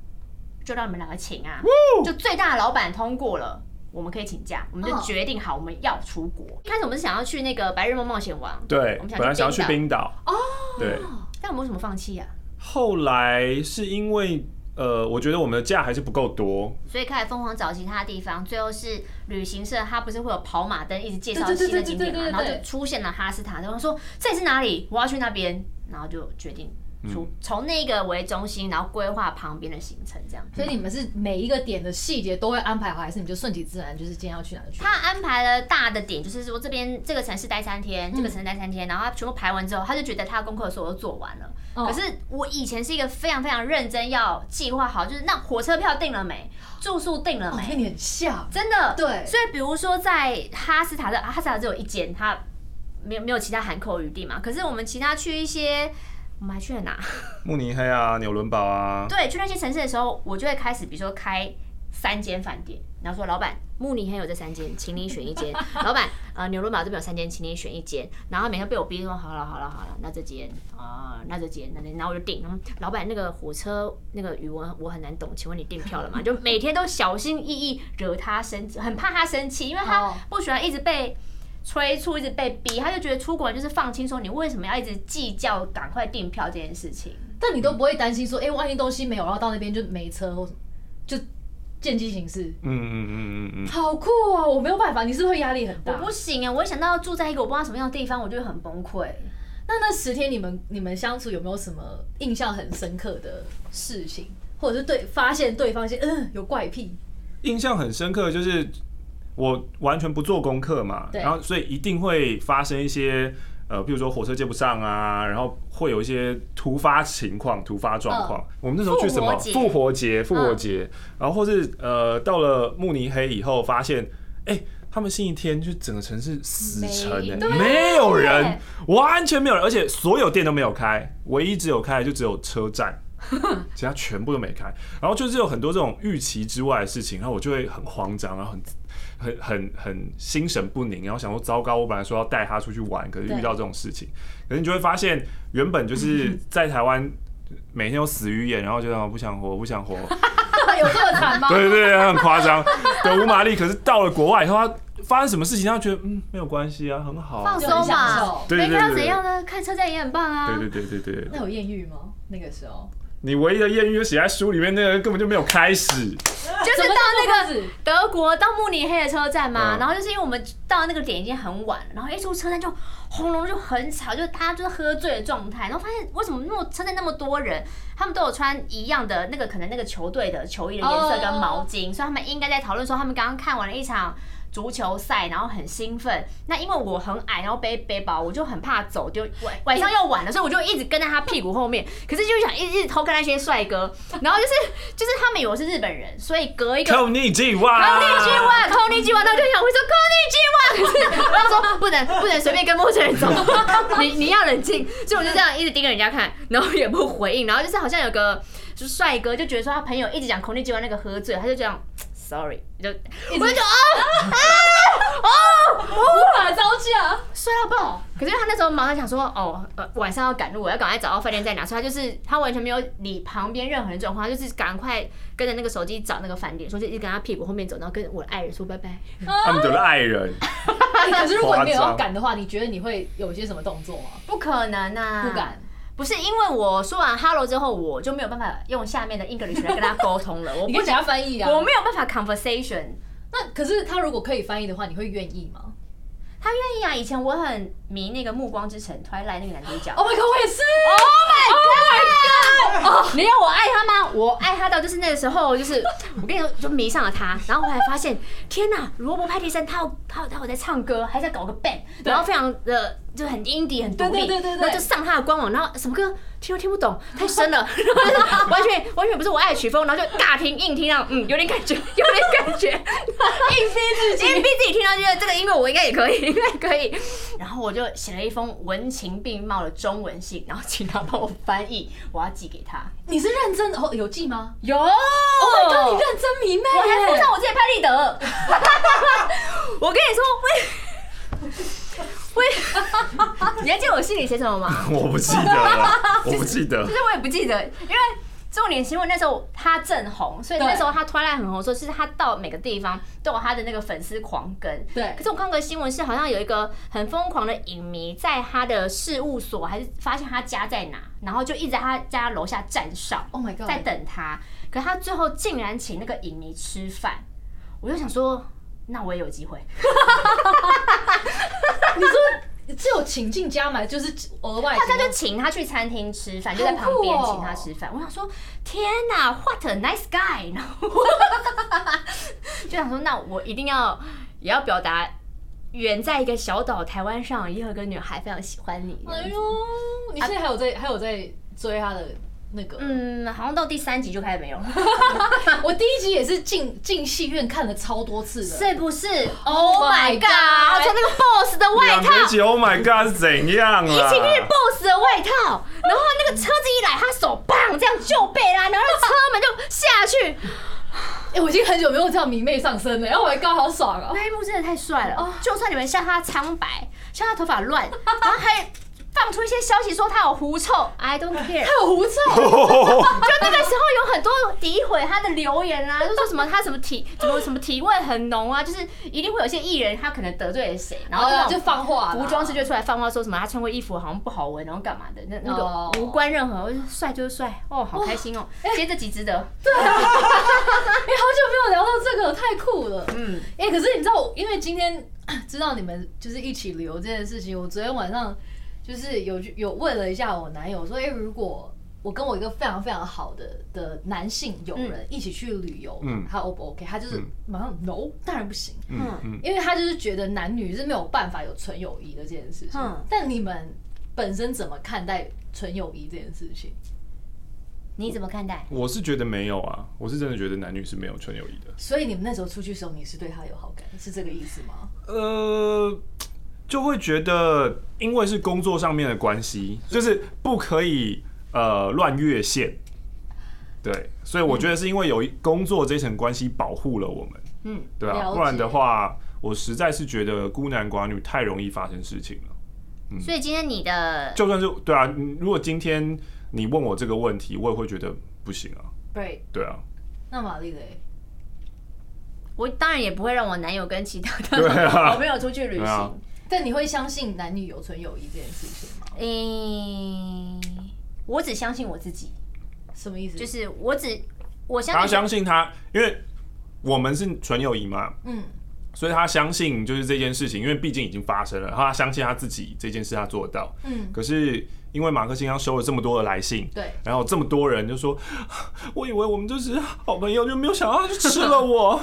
Speaker 3: 就让你们两个请啊。”就最大的老板通过了，我们可以请假，我们就
Speaker 1: 嗯
Speaker 3: 决定好我们要出国。一开始我们是想要去那个白日梦冒险王，
Speaker 2: 对
Speaker 3: 我们，
Speaker 2: 本来想要去
Speaker 3: 岛，
Speaker 2: 冰岛哦，对，
Speaker 3: 但我们为什么放弃啊？
Speaker 2: 后来是因为呃，我觉得我们的假还是不够多，
Speaker 3: 所以开始疯狂找其他地方，最后是旅行社，它不是会有跑马灯一直介绍
Speaker 1: 对对对
Speaker 3: 新的景点嘛，
Speaker 1: 对对对对
Speaker 3: 然后就出现了哈斯塔，然后说这里是哪里，我要去那边，然后就决定出从那个为中心，然后规划旁边的行程这样。
Speaker 1: 所以你们是每一个点的细节都会安排好，还是你就顺其自然，就是今天要去哪就去哪？
Speaker 3: 他安排了大的点，就是说这边这个城市待三天，这
Speaker 1: 嗯
Speaker 3: 个城市待三天，然后他全部排完之后，他就觉得他的功课所有都做完了。
Speaker 1: 哦
Speaker 3: 可是我以前是一个非常非常认真要计划好，就是那火车票订了没，住宿订了
Speaker 1: 哦，
Speaker 3: 没，
Speaker 1: 跟你很像，
Speaker 3: 真的。
Speaker 1: 对
Speaker 3: 所以比如说在哈斯塔的哈斯塔只有一间，它没有没有其他喊口余地嘛。可是我们其他去一些，我们还去了哪？
Speaker 2: 慕尼黑啊、纽伦堡啊，
Speaker 3: 对，去那些城市的时候，我就会开始，比如说开三间饭店，然后说老板，慕尼黑有这三间，请你选一间。老板，呃，纽伦堡这边有三间，请你选一间。然后每天被我逼说，好了好了好了，那这间啊、那这间，那这间，然后我就订。嗯老板，那个火车那个语文我很难懂，请问你订票了吗？就每天都小心翼翼惹他生气，很怕他生气，因为他
Speaker 1: 哦
Speaker 3: 不喜欢一直被。催促一直被逼，他就觉得出国就是放轻松，你为什么要一直计较赶快订票这件事情？
Speaker 1: 但你都不会担心说，哎，万一东西没有，然后到那边就没车或什么，就见机行事，
Speaker 2: 嗯嗯嗯嗯嗯，
Speaker 1: 好酷哦！我没有办法，你是不是会压力很
Speaker 3: 我
Speaker 1: 大？
Speaker 3: 不行啊！我一想到住在一个我不知道什么样的地方，我就会很崩溃。
Speaker 1: 那那十天你们你们相处有没有什么印象很深刻的事情，或者是对发现对方一些嗯有怪癖？
Speaker 2: 印象很深刻，就是我完全不做功课嘛，
Speaker 1: 对
Speaker 2: 然后所以一定会发生一些呃，比如说火车接不上啊，然后会有一些突发情况、突发状况。我们那时候去什么
Speaker 3: 嗯复活节嗯
Speaker 2: 复活节、复活节，然后或是呃到了慕尼黑以后，发现哎、他们星期天就整个城市死城、
Speaker 3: 没
Speaker 2: 欸，
Speaker 3: 对
Speaker 2: 没有人，完全没有人，而且所有店都没有开，唯一只有开的就只有车站。其他全部都没开，然后就是有很多这种预期之外的事情，然后我就会很慌张，然后很很很很心神不宁，然后想说糟糕，我本来说要带他出去玩，可是
Speaker 1: 对
Speaker 2: 遇到这种事情，可是你就会发现，原本就是在台湾每天都死鱼眼，然后就想不想活，不想 活，
Speaker 1: 有这么惨吗？
Speaker 2: 对对对，很夸张。对，吴玛丽，可是到了国外以后，她发生什么事情，她觉得嗯没有关系啊，很好啊
Speaker 3: 放
Speaker 1: 就
Speaker 3: 松
Speaker 1: 很
Speaker 3: 嘛
Speaker 1: 享受。
Speaker 2: 对对
Speaker 3: 没
Speaker 2: 对
Speaker 3: 看到
Speaker 2: 对
Speaker 3: 怎样呢？看车站也很棒啊。
Speaker 2: 对对对对对，
Speaker 1: 那有艳遇吗？那个时候
Speaker 2: 你唯一的艳遇就写在书里面，那个根本就没有开始。
Speaker 3: 就是到那
Speaker 1: 怎么这么多
Speaker 3: 个
Speaker 1: 字
Speaker 3: 德国到慕尼黑的车站嘛，
Speaker 2: 嗯
Speaker 3: 然后就是因为我们到那个点已经很晚了，然后一出车站就轰隆就很吵，就是大家就是喝醉的状态，然后发现为什么那么车站那么多人，他们都有穿一样的那个可能那个球队的球衣的颜色跟毛巾，所以他们应该在讨论说他们刚刚看完了一场。足球赛，然后很兴奋。那因为我很矮，然后背背包，我就很 怕走丢。晚晚上又晚了，所以我就一直跟在他屁股后面。可是就想一直偷看那些帅哥， 然后就是就是他们以为我是日本人，所以隔一个
Speaker 2: Tony 计划
Speaker 3: 空地计划，空地计划，那我就想会说空地计划，然后说不能不能随便跟陌生人 走，你你要冷静，所以我就这样一直盯着人家看，然后也不回应，然后就是好像有个就是帅哥就觉得说他朋友一直讲空地计划那个喝醉，他就这样哦 sorry，就
Speaker 1: 一直
Speaker 3: 我就觉得啊啊，
Speaker 1: 无法招架。
Speaker 3: 睡到爆。可是他那时候忙着想说，哦，呃、晚上要赶路，我要赶快找到饭店在哪，所以他就是他完全没有理旁边任何人状况，他就是赶快跟着那个手机找那个饭店，所以就一直跟他屁股后面走，然后跟我的爱人说拜拜。
Speaker 2: 他们得了爱人，
Speaker 1: 哎可是如果你没有
Speaker 2: 夸
Speaker 1: 要
Speaker 2: 张
Speaker 1: 赶的话，你觉得你会有些什么动作吗？
Speaker 3: 不可能啊，
Speaker 1: 不敢。
Speaker 3: 不是因为我说完 hello 之后，我就没有办法用下面的 English 来跟他沟通了，我
Speaker 1: 你
Speaker 3: 不
Speaker 1: 可以请他翻译啊。
Speaker 3: 我没有办法 conversation。
Speaker 1: 那可是他如果可以翻译的话，你会愿意吗
Speaker 3: 他愿意啊，以前我很迷那个《暮光之城》Twilight 那个男主角。
Speaker 1: ？Oh my god，我也是。
Speaker 3: 哦，你要我爱他吗？我爱他到就是那个时候，就是 我跟你说，就迷上了他。然后我还发现，天哪，罗伯·派蒂森他有他有他有在唱歌，还在搞个 band，然后非常的就很 indie 很独
Speaker 1: 对对
Speaker 3: 立，
Speaker 1: 对对对
Speaker 3: 然后就上他的官网，然后什么歌听都听不懂，太深 了，然后就是完全完全不是我爱的曲风，然后就大听硬听到，嗯，有点感觉，有点感 觉，硬逼自己，硬逼自己听到觉得这个音乐我应该也可以， 应该也可以。然后我就写了一封文情并茂的中文信，然后请他帮我翻译，我要寄给他。
Speaker 1: 你是认真的哦，有记吗？
Speaker 3: 有，Oh
Speaker 1: 我跟你认真迷妹
Speaker 3: 我还附
Speaker 1: 耶，
Speaker 3: 上我自己的拍 立得。我跟你说，为为， 你还记得我信里写什么吗？
Speaker 2: 我不记得 了，我不记得
Speaker 3: 就。是我也不记得，因为。重点新闻那时候他正红，所以
Speaker 1: 对
Speaker 3: 那时候他突然很红，说是他到每个地方都有他的那个粉丝狂跟。
Speaker 1: 对
Speaker 3: 可是我看过新闻是好像有一个很疯狂的影迷，在他的事务所还是发现他家在哪，然后就一直在他家楼下站哨。
Speaker 1: ，Oh my god，
Speaker 3: 在等他，可他最后竟然请那个影迷吃饭，我就想说，那我也有机会。
Speaker 1: 你说只有请进加买，就是额外
Speaker 3: 大
Speaker 1: 请吗，
Speaker 3: 家就请他去餐厅吃饭，就在旁
Speaker 1: 好酷
Speaker 3: 边
Speaker 1: 哦
Speaker 3: 请他吃饭。我想说，天哪，What a nice guy！然后就想说，那我一定要也要表达，远在一个小岛台湾上，也有一个女孩非常喜欢你。
Speaker 1: 哎呦，你现在还有在还有在追他的那个？
Speaker 3: 嗯，好像到第三集就开始没有了，
Speaker 1: 我第一集也是进进戏院看了超多次的，
Speaker 3: 是不是
Speaker 1: Oh
Speaker 3: ？Oh
Speaker 1: my
Speaker 3: my god！
Speaker 1: god
Speaker 3: 他穿那个 boss 的外
Speaker 2: 两
Speaker 3: 套
Speaker 2: 年，级，Oh my God，是怎样啊
Speaker 3: 一
Speaker 2: 啦？
Speaker 3: 情日 BOSS 的外套，然后那个车子一来，他手棒这样就被啦，然后车门就下去。
Speaker 1: 哎、我已经很久没有这样迷妹上身了，然 后我还刚好爽啊！
Speaker 3: 那一哦幕真的太帅了，就算你们像他苍白，像他头发乱， 然后还放出一些消息说他有狐臭，I don't care
Speaker 1: 还。有狐臭，
Speaker 3: 就那个时候有很多诋毁他的留言啊，就说什么他什么体怎么什么体味很浓啊，就是一定会有一些艺人他可能得罪了谁，
Speaker 1: 然
Speaker 3: 然后
Speaker 1: 后
Speaker 3: 那
Speaker 1: 哦就
Speaker 3: 种
Speaker 1: 放话啦，
Speaker 3: 服装师就出来放话说什么他穿过衣服好像不好闻，然后干嘛的，那那
Speaker 1: 哦
Speaker 3: 个无关任何，我就帅就是帅，哦，好开心哦，今天这集值得，
Speaker 1: 哎、好久没有聊到这个，太酷了。
Speaker 3: 嗯，
Speaker 1: 哎、可是你知道，我因为今天 知道你们就是一起旅游这件事情，我昨天晚上就是有有问了一下我男友，说，哎、如果我跟我一个非常非常好的的男性友人一起去旅游，
Speaker 2: 嗯
Speaker 1: 他 O 不 OK？他就是
Speaker 2: 嗯
Speaker 1: 马上 no，当然不行，
Speaker 2: 嗯嗯，
Speaker 1: 因为他就是觉得男女是没有办法有纯友谊的这件事情。
Speaker 3: 嗯
Speaker 1: 但你们本身怎么看待纯友谊这件事情？
Speaker 3: 你怎么看待？
Speaker 2: 我是觉得没有啊，我是真的觉得男女是没有纯友谊的。
Speaker 1: 所以你们那时候出去的时候，你是对他有好感，是这个意思吗？
Speaker 2: 呃，就会觉得因为是工作上面的关系，就是不可以呃乱越线。对，所以我觉得是因为有一工作这层关系保护了我们，
Speaker 3: 嗯，
Speaker 2: 对啊，
Speaker 1: 了解
Speaker 2: 不然的话，我实在是觉得孤男寡女太容易发生事情了。嗯
Speaker 3: 所以今天你的
Speaker 2: 就算是对啊，嗯如果今天你问我这个问题，我也会觉得不行啊，
Speaker 1: 对，
Speaker 2: 对啊，
Speaker 1: 那玛丽嘞？
Speaker 3: 我当然也不会让我男友跟其他
Speaker 2: 对
Speaker 3: 的好
Speaker 1: 哦
Speaker 2: 啊，
Speaker 3: 朋友出去旅
Speaker 2: 对啊
Speaker 3: 行，
Speaker 1: 但你会相信男女有纯友谊这件事情吗？
Speaker 3: 嗯，我只相信我自己，
Speaker 1: 什么意思？
Speaker 3: 嗯就是我只我
Speaker 2: 他
Speaker 3: 相信
Speaker 2: 相信他，因为我们是纯友谊嘛，
Speaker 1: 嗯，
Speaker 2: 所以他相信就是这件事情，因为毕竟已经发生了，然后他相信他自己这件事他做得到。
Speaker 1: 嗯，
Speaker 2: 可是因为马克信箱收了这么多的来信，
Speaker 1: 对，
Speaker 2: 然后这么多人就说， 我以为我们就是好朋友，就没有想到他就吃了我。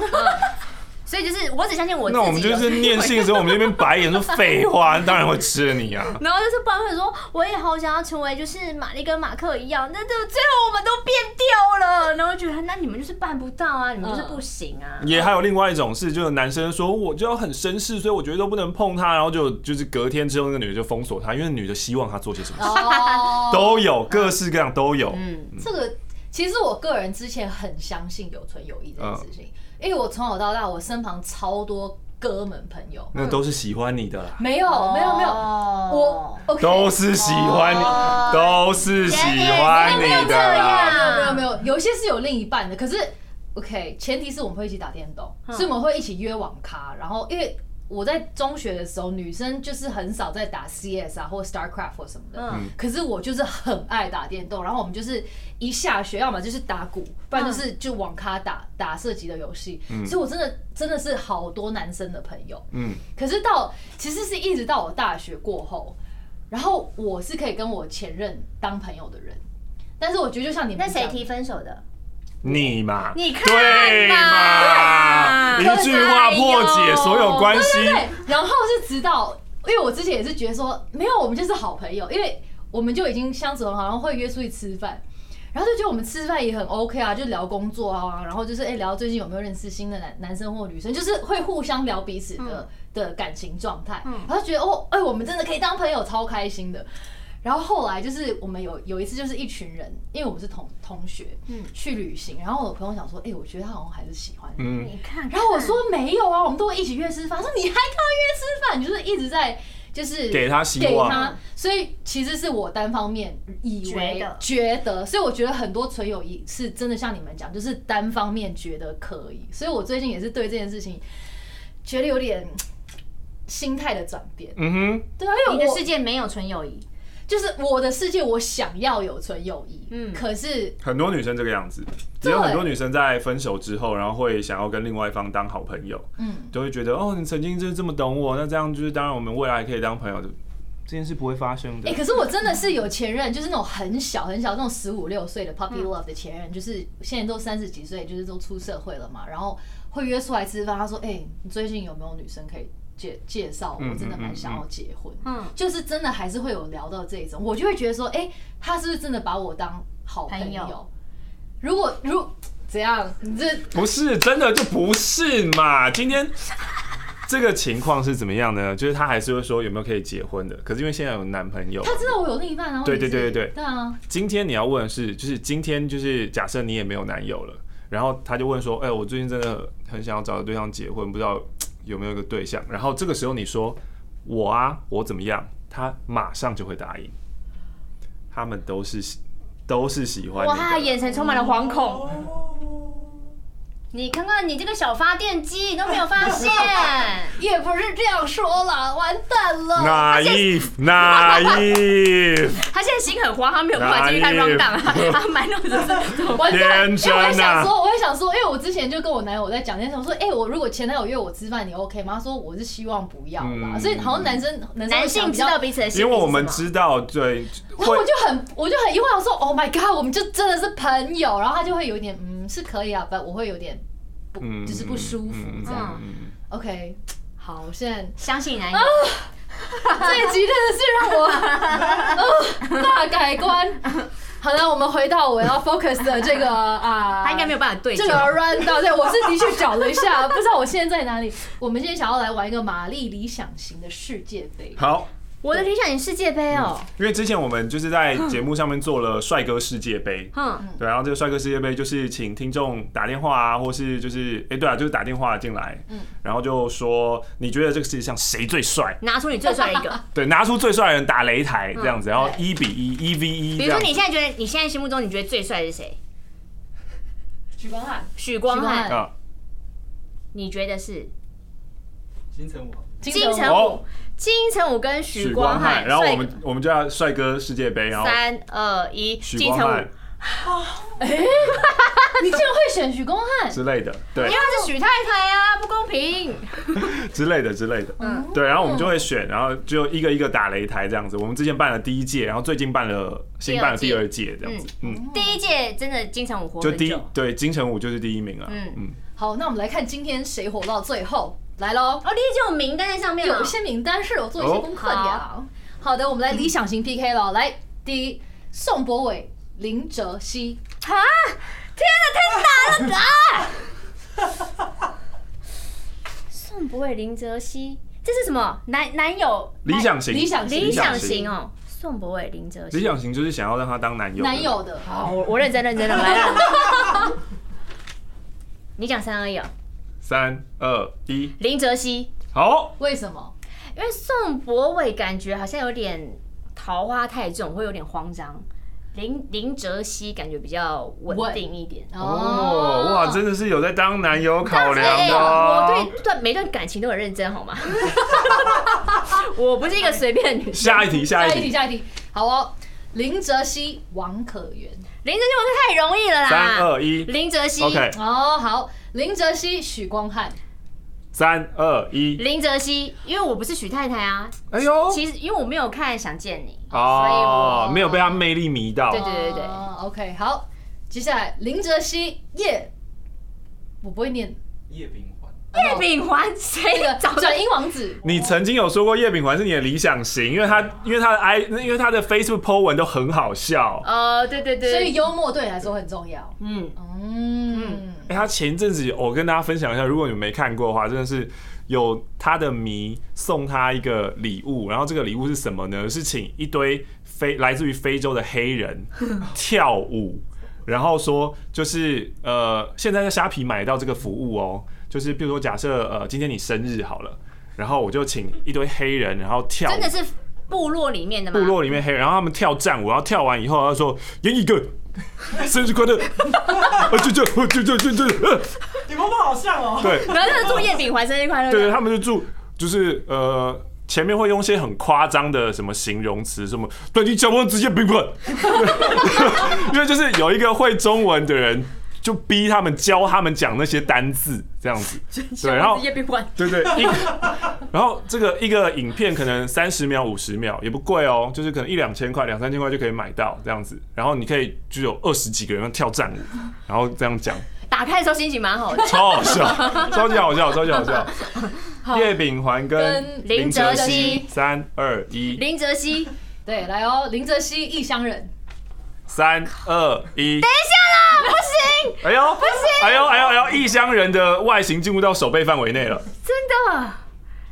Speaker 3: 所以就是我只相信我自
Speaker 2: 那
Speaker 3: 己。
Speaker 2: 我们就是念信的时候，我们这边白眼说废话，当然会吃了你啊。
Speaker 3: 然后就是不然会说，我也好想要成为就是玛丽跟马克一样，但是最后我们都变掉 了，然后觉得那你们就是办不到啊，你们就是不行啊。
Speaker 2: 也还有另外一种事，就是男生说我就要很绅士，所以我觉得都不能碰他，然后就就是隔天之后那个女的就封锁他，因为女的希望他做些什么事，
Speaker 1: 哦，
Speaker 2: 都有各式各样都有。
Speaker 3: 嗯，
Speaker 1: 这个其实我个
Speaker 2: 嗯
Speaker 1: 人之前很相信有纯友谊这件事情，因为我从小到大，我身旁超多哥们朋友，
Speaker 2: 那都是喜欢你的啦，
Speaker 1: 没有没有没有，我 OK
Speaker 2: 都是喜欢你，
Speaker 3: 嗯哦
Speaker 2: 都是喜欢
Speaker 3: 哎没有
Speaker 2: 你
Speaker 3: 这
Speaker 2: 的啦。
Speaker 3: 样，
Speaker 1: 没有没有，有一些是有另一半的，可是 OK，前提是我们会一起打电动，
Speaker 3: 嗯
Speaker 1: 所以我们会一起约网咖。然后因为我在中学的时候，女生就是很少在打 CS 啊或 StarCraft 或什么的。
Speaker 3: 嗯
Speaker 1: 可是我就是很爱打电动，然后我们就是一下学，要么就是打鼓，不然就是就网咖打打射击的游戏。所以我真的真的是好多男生的朋友，
Speaker 2: 嗯，
Speaker 1: 可是到其实是一直到我大学过后，然后我是可以跟我前任当朋友的人，但是我觉得就像你们
Speaker 3: 那谁
Speaker 1: 讲
Speaker 3: 提分手的？
Speaker 2: 你嘛，
Speaker 3: 你看
Speaker 2: 对
Speaker 3: 嘛
Speaker 2: 嘛，
Speaker 3: 对嘛啊
Speaker 2: 一句话破解所有关系。
Speaker 1: 对，然后是直到，因为我之前也是觉得说，没有，我们就是好朋友，因为我们就已经相处很好，然后会约出去吃饭，然后就觉得我们吃饭也很 OK 啊，就聊工作啊，然后就是哎、聊最近有没有认识新的男男生或女生，就是会互相聊彼此的、的感情状态，然后就觉得哦，哎、我们真的可以当朋友，超开心的。然后后来就是我们有有一次就是一群人，因为我们是同同学，嗯，去旅行。然后我朋友想说，哎、我觉得他好像还是喜欢你，
Speaker 2: 嗯，
Speaker 3: 你看看，
Speaker 1: 然后我说没有啊，我们都会一起约吃饭。他说你还跟他约吃饭，你就是一直在就是
Speaker 2: 给他希
Speaker 1: 给
Speaker 2: 望
Speaker 1: 他，所以其实是我单方面以为
Speaker 3: 觉得
Speaker 1: 觉得，所以我觉得很多纯友谊是真的像你们讲，就是单方面觉得可以。所以我最近也是对这件事情觉得有点心态的转变。
Speaker 2: 嗯哼，
Speaker 1: 对啊，因
Speaker 3: 你
Speaker 1: 为
Speaker 3: 的
Speaker 1: 我
Speaker 3: 世界没有纯友谊，
Speaker 1: 就是我的世界，我想要有纯友谊，
Speaker 3: 嗯
Speaker 1: 嗯，可是
Speaker 2: 很多女生这个样子，也
Speaker 1: 对
Speaker 2: 有很多女生在分手之后，然后会想要跟另外一方当好朋友，
Speaker 1: 嗯，
Speaker 2: 都会觉得哦，你曾经就是这么懂我，那这样就是当然我们未来可以当朋友的，这件事不会发生
Speaker 1: 哎、
Speaker 2: 的。
Speaker 1: 可是我真的是有前任，就是那种很小很小那种十五六岁的
Speaker 3: 嗯
Speaker 1: puppy love 的前任，就是现在都三十几岁，就是都出社会了嘛，然后会约出来吃饭。他说：“哎、你最近有没有女生可以介介绍我？
Speaker 2: 嗯
Speaker 1: 我真的
Speaker 2: 嗯嗯
Speaker 1: 蛮想要结婚。
Speaker 3: 嗯
Speaker 1: 就是真的还是会有聊到这一种，我就会觉得说：“哎、他是不是真的把我当好朋友？”
Speaker 3: 朋友
Speaker 1: 如果如怎样，你这
Speaker 2: 不是真的就不是嘛？今天这个情况是怎么样呢？就是她还是会说有没有可以结婚的，可是因为现在有男朋友，
Speaker 1: 他知道我有另一半，然后
Speaker 2: 对
Speaker 1: 你是
Speaker 2: 对对对对
Speaker 1: 对啊，
Speaker 2: 今天你要问的是，就是今天就是假设你也没有男友了，然后他就问说，哎、我最近真的很想要找个对象结婚，不知道有没有一个对象。然后这个时候你说我啊，我怎么样，他马上就会答应。他们都是喜都是喜欢
Speaker 3: 哇，他的
Speaker 2: 你的，
Speaker 3: 眼神充满了惶恐。
Speaker 4: 哦，
Speaker 3: 你看看你这个小发电机，你都没有发 现，
Speaker 1: 也不是这样说啦，完蛋了。
Speaker 2: naive naive
Speaker 3: 他现在心很慌，他没有办法继续看
Speaker 2: 哪里
Speaker 3: round down，他 他满脑子是怎么办？
Speaker 1: 完蛋！
Speaker 2: 天
Speaker 1: 因为我
Speaker 2: 啊
Speaker 1: 也
Speaker 2: 真啊
Speaker 1: 想说，我也想说，因为我之前就跟我男友在讲这件事，我说，哎、我如果前男友约我吃饭，你 OK 吗？他说我是希望不要啦，
Speaker 2: 嗯
Speaker 1: 所以好像男生男生
Speaker 3: 男
Speaker 1: 会想
Speaker 3: 性
Speaker 1: 比
Speaker 3: 知
Speaker 1: 较
Speaker 3: 道，彼此的心，
Speaker 2: 因为我们，知道对
Speaker 1: 然后
Speaker 2: 会
Speaker 1: 我就很我就很疑惑，我说 Oh my god，我们就真的是朋友，然后他就会有一点嗯是可以啊，但我会有点不、
Speaker 2: 嗯
Speaker 1: 就是不舒服这样。
Speaker 2: 嗯嗯嗯嗯
Speaker 1: OK，好，我现在
Speaker 3: 相信男友，
Speaker 1: 这一集真的是让我、 呃、大改观。好了，我们回到我要 focus 的这个啊，
Speaker 3: 他应该没有办法对
Speaker 1: 这
Speaker 3: 焦
Speaker 1: 个。run 到对，我是的确找了一下，不知道我现在在哪里。我们现在想要来玩一个玛丽理想型的世界杯，
Speaker 2: 好。
Speaker 3: 我的理想型世界杯哦，
Speaker 2: 因为之前我们就是在节目上面做了帅哥世界杯，
Speaker 1: 嗯
Speaker 3: 哼，
Speaker 2: 嗯对，然后这个帅哥世界杯就是请听众打电话啊，或是就是哎、对啊，就是打电话进来，嗯，然后就说你觉得这个世界上谁最帅？
Speaker 3: 拿出你最帅 的一个。
Speaker 2: 对，拿出最帅的人打擂台这样子，然后
Speaker 1: 对
Speaker 2: 一比一，一 v 一
Speaker 3: 嗯比
Speaker 2: 这
Speaker 3: 如
Speaker 2: 样
Speaker 3: 说你。现在觉得，你现在心目中你觉得最帅的是谁？
Speaker 1: 许光汉、
Speaker 3: 许光
Speaker 1: 许光
Speaker 3: 汉
Speaker 1: 汉，
Speaker 2: 啊，
Speaker 3: 你觉得是
Speaker 4: 金城武，
Speaker 1: 金
Speaker 3: 金城武
Speaker 2: 哦？
Speaker 3: 金城武跟许
Speaker 2: 许
Speaker 3: 光
Speaker 2: 光
Speaker 3: 汉，
Speaker 2: 然后
Speaker 3: 帅
Speaker 2: 我们我们就要帅哥世界杯，然后
Speaker 3: 三二一，
Speaker 2: 许
Speaker 3: 金
Speaker 2: 光
Speaker 3: 城武，
Speaker 2: 汉
Speaker 3: 因
Speaker 1: 你竟然会选许光汉？
Speaker 2: 之类的，对
Speaker 3: 为，他是许太太啊，不公平。
Speaker 2: 之类的之类的，
Speaker 1: 嗯，
Speaker 2: 对，然后我们就会选，然后就一个一个打擂台这样子。我们之前办了第一届，然后最近办了新办了第二届这样子，嗯，
Speaker 3: 第一届真的金城武活
Speaker 2: 就
Speaker 3: 很
Speaker 2: 第一
Speaker 3: 久。
Speaker 2: 对金城武就是第一名了，
Speaker 3: 嗯
Speaker 2: 嗯，
Speaker 1: 好，那我们来看今天谁火到最后，来喽。
Speaker 3: 哦，第一届有名单在上面啊了
Speaker 1: 有一些名单是有做一些功课的
Speaker 3: 哦
Speaker 1: 呀。好的，我们来理想型 PK 了。来，第一，宋博伟、林哲熙，
Speaker 3: 啊！天哪，太难了啊！宋博伟、林哲熙，这是什么男男友
Speaker 2: 理想型，
Speaker 1: 理想型
Speaker 3: 理想
Speaker 2: 理
Speaker 3: 型哦？宋博伟、林哲
Speaker 2: 理
Speaker 3: 熙，
Speaker 2: 想型就是想要让他当男友。
Speaker 1: 男。友的，
Speaker 3: 好，我我认真认真的来了。你讲三二一哦，
Speaker 2: 三二一，
Speaker 3: 林哲熙，
Speaker 2: 好，
Speaker 1: 为什么？
Speaker 3: 因为宋博伟感觉好像有点桃花太重，会有点慌张。林林哲熙感觉比较稳定一点。
Speaker 2: 哦，哇，真的是有在当男友考
Speaker 3: 哎
Speaker 2: 量的
Speaker 3: 我
Speaker 2: 哦。
Speaker 3: 对段每段感情都很认真，好吗？我不是一个随便的女生。
Speaker 2: 下一题，下
Speaker 1: 下
Speaker 2: 一
Speaker 1: 一题，
Speaker 2: 题，
Speaker 1: 下一题，好哦。林哲熙、王可元，
Speaker 3: 林哲熙，我是太容易了啦。
Speaker 2: 三二一
Speaker 3: 林哲熙
Speaker 2: ，OK，
Speaker 1: 哦，好，林哲熙、许光汉，
Speaker 2: 三二一，
Speaker 3: 林哲熙，因为我不是许太太啊，
Speaker 2: 哎呦，
Speaker 3: 其实因为我没有看《想见你》，所以我
Speaker 2: 哦，没有被他魅力迷到
Speaker 3: 对，对对
Speaker 1: 哦，OK，好，接下来林哲熙、叶，我不会 念
Speaker 4: 叶秉环，
Speaker 3: 叶秉环谁
Speaker 1: 那个
Speaker 3: 找的
Speaker 1: 转音王子，
Speaker 2: 你曾经有说过叶秉环是你的理想型，因为他因为他的 i 因为他的 Facebook po 文都很好笑。
Speaker 3: 呃，对对对，
Speaker 1: 所以幽默对你来说很重要。
Speaker 3: 嗯，
Speaker 1: 嗯，
Speaker 2: 哎、他前一阵子有我跟大家分享一下，如果你们没看过的话，真的是有他的迷送他一个礼物，然后这个礼物是什么呢？是请一堆非来自于非洲的黑 人跳舞，然后说就是呃，现在在虾皮买到这个服务哦，就是比如说假设呃今天你生日好了，然后我就请一堆黑人然后跳舞
Speaker 3: 真的是部落里面的吗？
Speaker 2: 部落里面黑人，然后他们跳战舞，然后跳完以后，他说：“严一哥，生日快 乐！” 啊，就就就就就就，呃
Speaker 4: 你们不好像哦。
Speaker 2: 对
Speaker 3: 然后就是祝叶秉环生日快乐。
Speaker 2: 对，他们就祝就是呃。前面会用一些很夸张的什么形容词，什么对你讲我直接冰棍， 因为就是有一个会中文的人就逼他们教他们讲那些单字这样子，对，然后
Speaker 3: 叶秉环
Speaker 2: 对对，一， 然后这个一个影片可能三十秒、五十秒也不贵哦，就是可能一两千块、两三千块就可以买到这样子。然后你可以就有二十几个人跳战舞，然后这样讲，
Speaker 3: 打开的时候心情 蛮好的。
Speaker 2: 超好笑，超级好笑，超级好笑。叶秉环跟
Speaker 1: 跟
Speaker 3: 林哲熙
Speaker 2: 三二一，
Speaker 3: 林哲熙，哎嗯
Speaker 1: 对，来哦，林哲熙、异乡人，
Speaker 2: 三二一，
Speaker 3: 啊，不行，
Speaker 2: 哎呦，不行，哎呦哎呦哎呦，异乡人的外形进入到手背范围内了。
Speaker 3: 真的，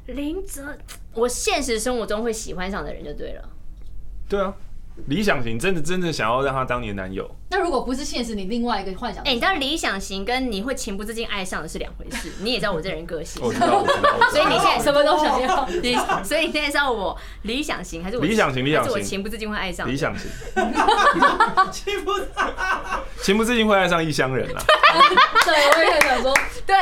Speaker 3: 林哲，我现实生活中会喜欢上的人就对了。
Speaker 2: 对啊，理想型真的真的想要让他当你的男友。
Speaker 1: 那如果不是现实，你另外一个幻想
Speaker 3: 哎、，你知道理想型跟你会情不自禁爱上的是两回 事，你也知道我这人个性，
Speaker 2: 我知道，我知道，我知道
Speaker 3: 所以你哎现在
Speaker 1: 什么都想要。
Speaker 3: 你，所以你现在是要我理想型还是我
Speaker 2: 理想型理想型
Speaker 3: 还是我情不自禁会 爱上的
Speaker 2: 理想型。
Speaker 4: 欺负他，
Speaker 2: 情不自禁会爱上异乡人啦。
Speaker 1: 对，我也想说，
Speaker 3: 对，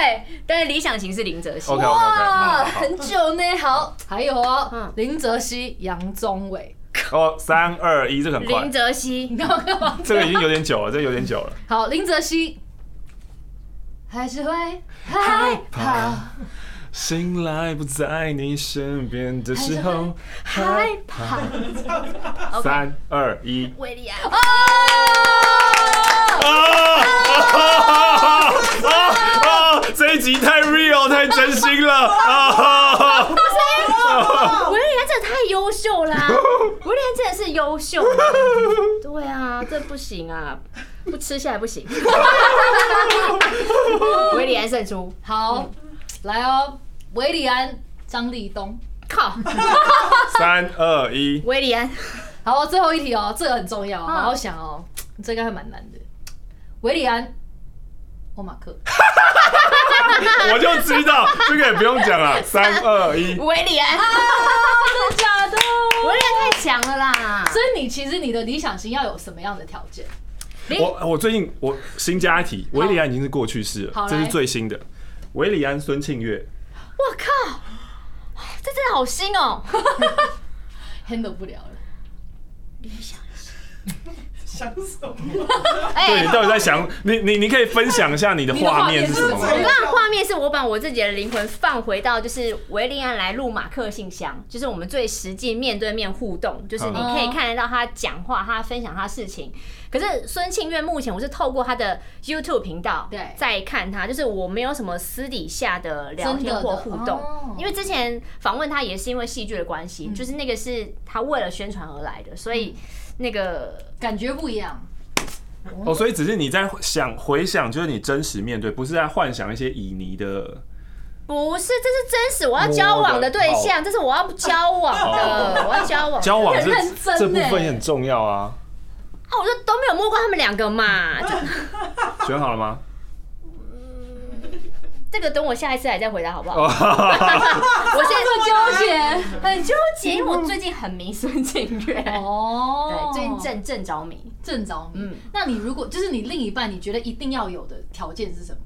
Speaker 3: 但是理想型是林哲熙。
Speaker 2: OK OK OK，好好
Speaker 1: 很久呢。好，还有哦
Speaker 3: 嗯，
Speaker 1: 林哲熙、杨宗纬，
Speaker 2: 好哦，三二一，这个很快
Speaker 3: 林，哲熙
Speaker 1: 你干嘛干嘛？
Speaker 2: 这个已经有点久了，这个有点久了。
Speaker 1: 好，林哲熙还是会害怕，
Speaker 2: 醒来不在你身边的时候，
Speaker 3: 害怕
Speaker 2: 三二一。
Speaker 3: 维利亚，
Speaker 1: 哦
Speaker 2: 啊啊啊啊！这一集太 real 太真心了啊！
Speaker 3: 维利亚真的太优秀 啦！维利亚真的是优秀啦，对啊，这不行啊，不吃下来 不行。维利安胜出，
Speaker 1: 好，来哦，韦礼安、张立东。
Speaker 3: 靠，
Speaker 2: 三二一，
Speaker 3: 维利安，
Speaker 1: 好，最后一题哦，这个很重要哦，好好想哦，这应该会蛮难的。韦礼安、欧马克，
Speaker 2: 我就知道这个也不用讲了。三二一，
Speaker 3: 维利安，
Speaker 1: 真的假的？
Speaker 3: 维利安啊太强了啦！
Speaker 1: 所以你其实你的理想型要有什么样的条件？
Speaker 2: 我我最近我新加一题，维里安已经是过去式
Speaker 1: 好
Speaker 2: 了，这是
Speaker 1: 来
Speaker 2: 最新的。维里安、孙庆月，
Speaker 3: 我靠，这真的好新哦！
Speaker 1: handle 不了了。
Speaker 4: 想什么？
Speaker 3: 哎
Speaker 2: 对你到底在想？你你你可以分享一下你的画面是什么吗？
Speaker 3: 我刚刚的画面是我把我自己的灵魂放回到就是维利安来录马克信箱，就是我们最实际面对面互动，就是你可以看得到他讲话，他分享他事情。可是孙庆月目前我是透过他的 YouTube 频道
Speaker 1: 对
Speaker 3: 在看他，就是我没有什么私底下的聊天或互
Speaker 1: 真的的
Speaker 3: 动
Speaker 1: 哦，嗯
Speaker 3: 因为之前访问他也是因为戏剧的关系，就是那个是他为了宣传而来的，所以那个
Speaker 1: 感觉不一样。
Speaker 2: 哦，所以只是你在想回想，就是你真实面对，不是在幻想一些旖旎的。
Speaker 3: 不是，这是真实我要交往的对象，这是我要交往的，我要交往的。
Speaker 2: 交往这
Speaker 1: 很认真欸
Speaker 2: 这部分也很重要啊。
Speaker 3: 啊，我就都没有 摸过他们两个嘛，就
Speaker 2: 选好了吗？
Speaker 3: 这个等我下一次来再回答好 不好？
Speaker 2: 哦，
Speaker 3: 我现在
Speaker 1: 纠结
Speaker 3: 很纠结，因为我最近很迷孙敬月，
Speaker 1: 哦
Speaker 3: 对，最近正正着迷，
Speaker 1: 正着迷。
Speaker 3: 嗯
Speaker 1: 那你如果就是你另一半，你觉得一定要有的条件是什么？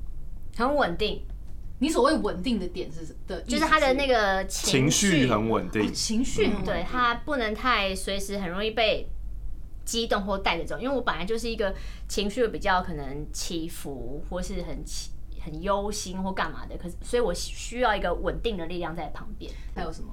Speaker 3: 很稳定，
Speaker 1: 你所谓稳定的点是什么？的意思
Speaker 3: 就是他的那个嗯
Speaker 2: 情绪很稳
Speaker 1: 哦
Speaker 2: 定，
Speaker 1: 情绪很稳定，
Speaker 3: 对他不能太随时很容易被激动或带着走，因为我本来就是一个情绪比较可能起伏或是很起很忧心或干嘛的，可是所以我需要一个稳定的力量在旁边。
Speaker 1: 还有什么？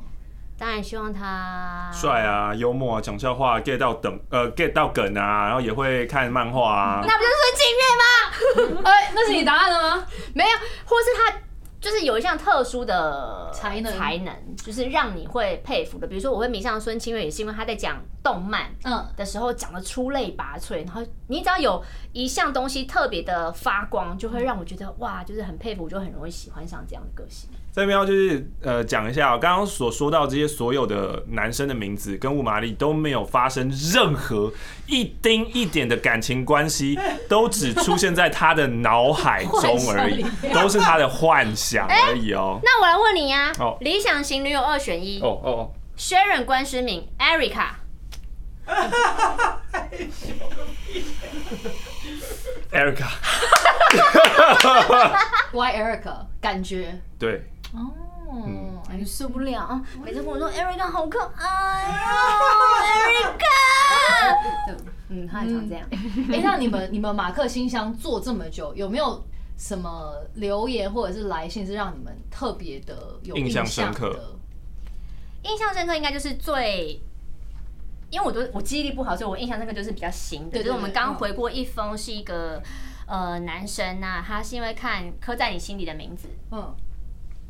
Speaker 3: 当然希望他
Speaker 2: 帅啊，幽默啊，讲笑话，get 到等呃 get 到梗啊，然后也会看漫画啊，
Speaker 3: 那不就是孙敬月
Speaker 1: 哎，那是你答案了吗？
Speaker 3: 吗？没有，或是他就是有一项特殊的
Speaker 1: 才能
Speaker 3: 才能就是让你会佩服的。比如说，我会迷上孙清月，也是因为他在讲动漫
Speaker 1: 嗯，
Speaker 3: 的时候讲的出类拔萃，然后你只要有一项东西特别的发光，就会让我觉得哇，就是很佩服，我就很容易喜欢上这样的个性。
Speaker 2: 这边要就是呃讲一下、我刚刚所说到这些所有的男生的名字跟雾玛丽都没有发生任何一丁一点的感情关系，都只出现在他的脑海中而已
Speaker 1: 幻想里，面
Speaker 2: 都是他的幻想而已哦。
Speaker 3: 那我来问你呀、
Speaker 2: 哦
Speaker 3: 理想型女友二选一、
Speaker 2: 哦哦哦，
Speaker 3: s h a r o n 关诗敏，Erica，
Speaker 2: e r i c a
Speaker 1: ，Y Eric 感觉
Speaker 2: 对，嗯
Speaker 1: 哦，哎
Speaker 3: 受不了啊！每次跟我说 Erica 好可爱哦，Erica，
Speaker 1: 对
Speaker 3: 嗯，他很常这样。
Speaker 1: 哎，那你们你们马克信箱做这么久，有没有什么留言或者是来信是让你们特别的有
Speaker 2: 印
Speaker 1: 象
Speaker 2: 象深刻
Speaker 1: 的？
Speaker 3: 印象深刻应该就是最，因为我都我记忆力不好，所以我印象深刻就是比较新的，
Speaker 1: 对对
Speaker 3: 就是我们
Speaker 1: 对
Speaker 3: 刚
Speaker 1: 嗯
Speaker 3: 回过一封是一个呃男生呐、他是因为看《刻在你心底的名字》
Speaker 1: 嗯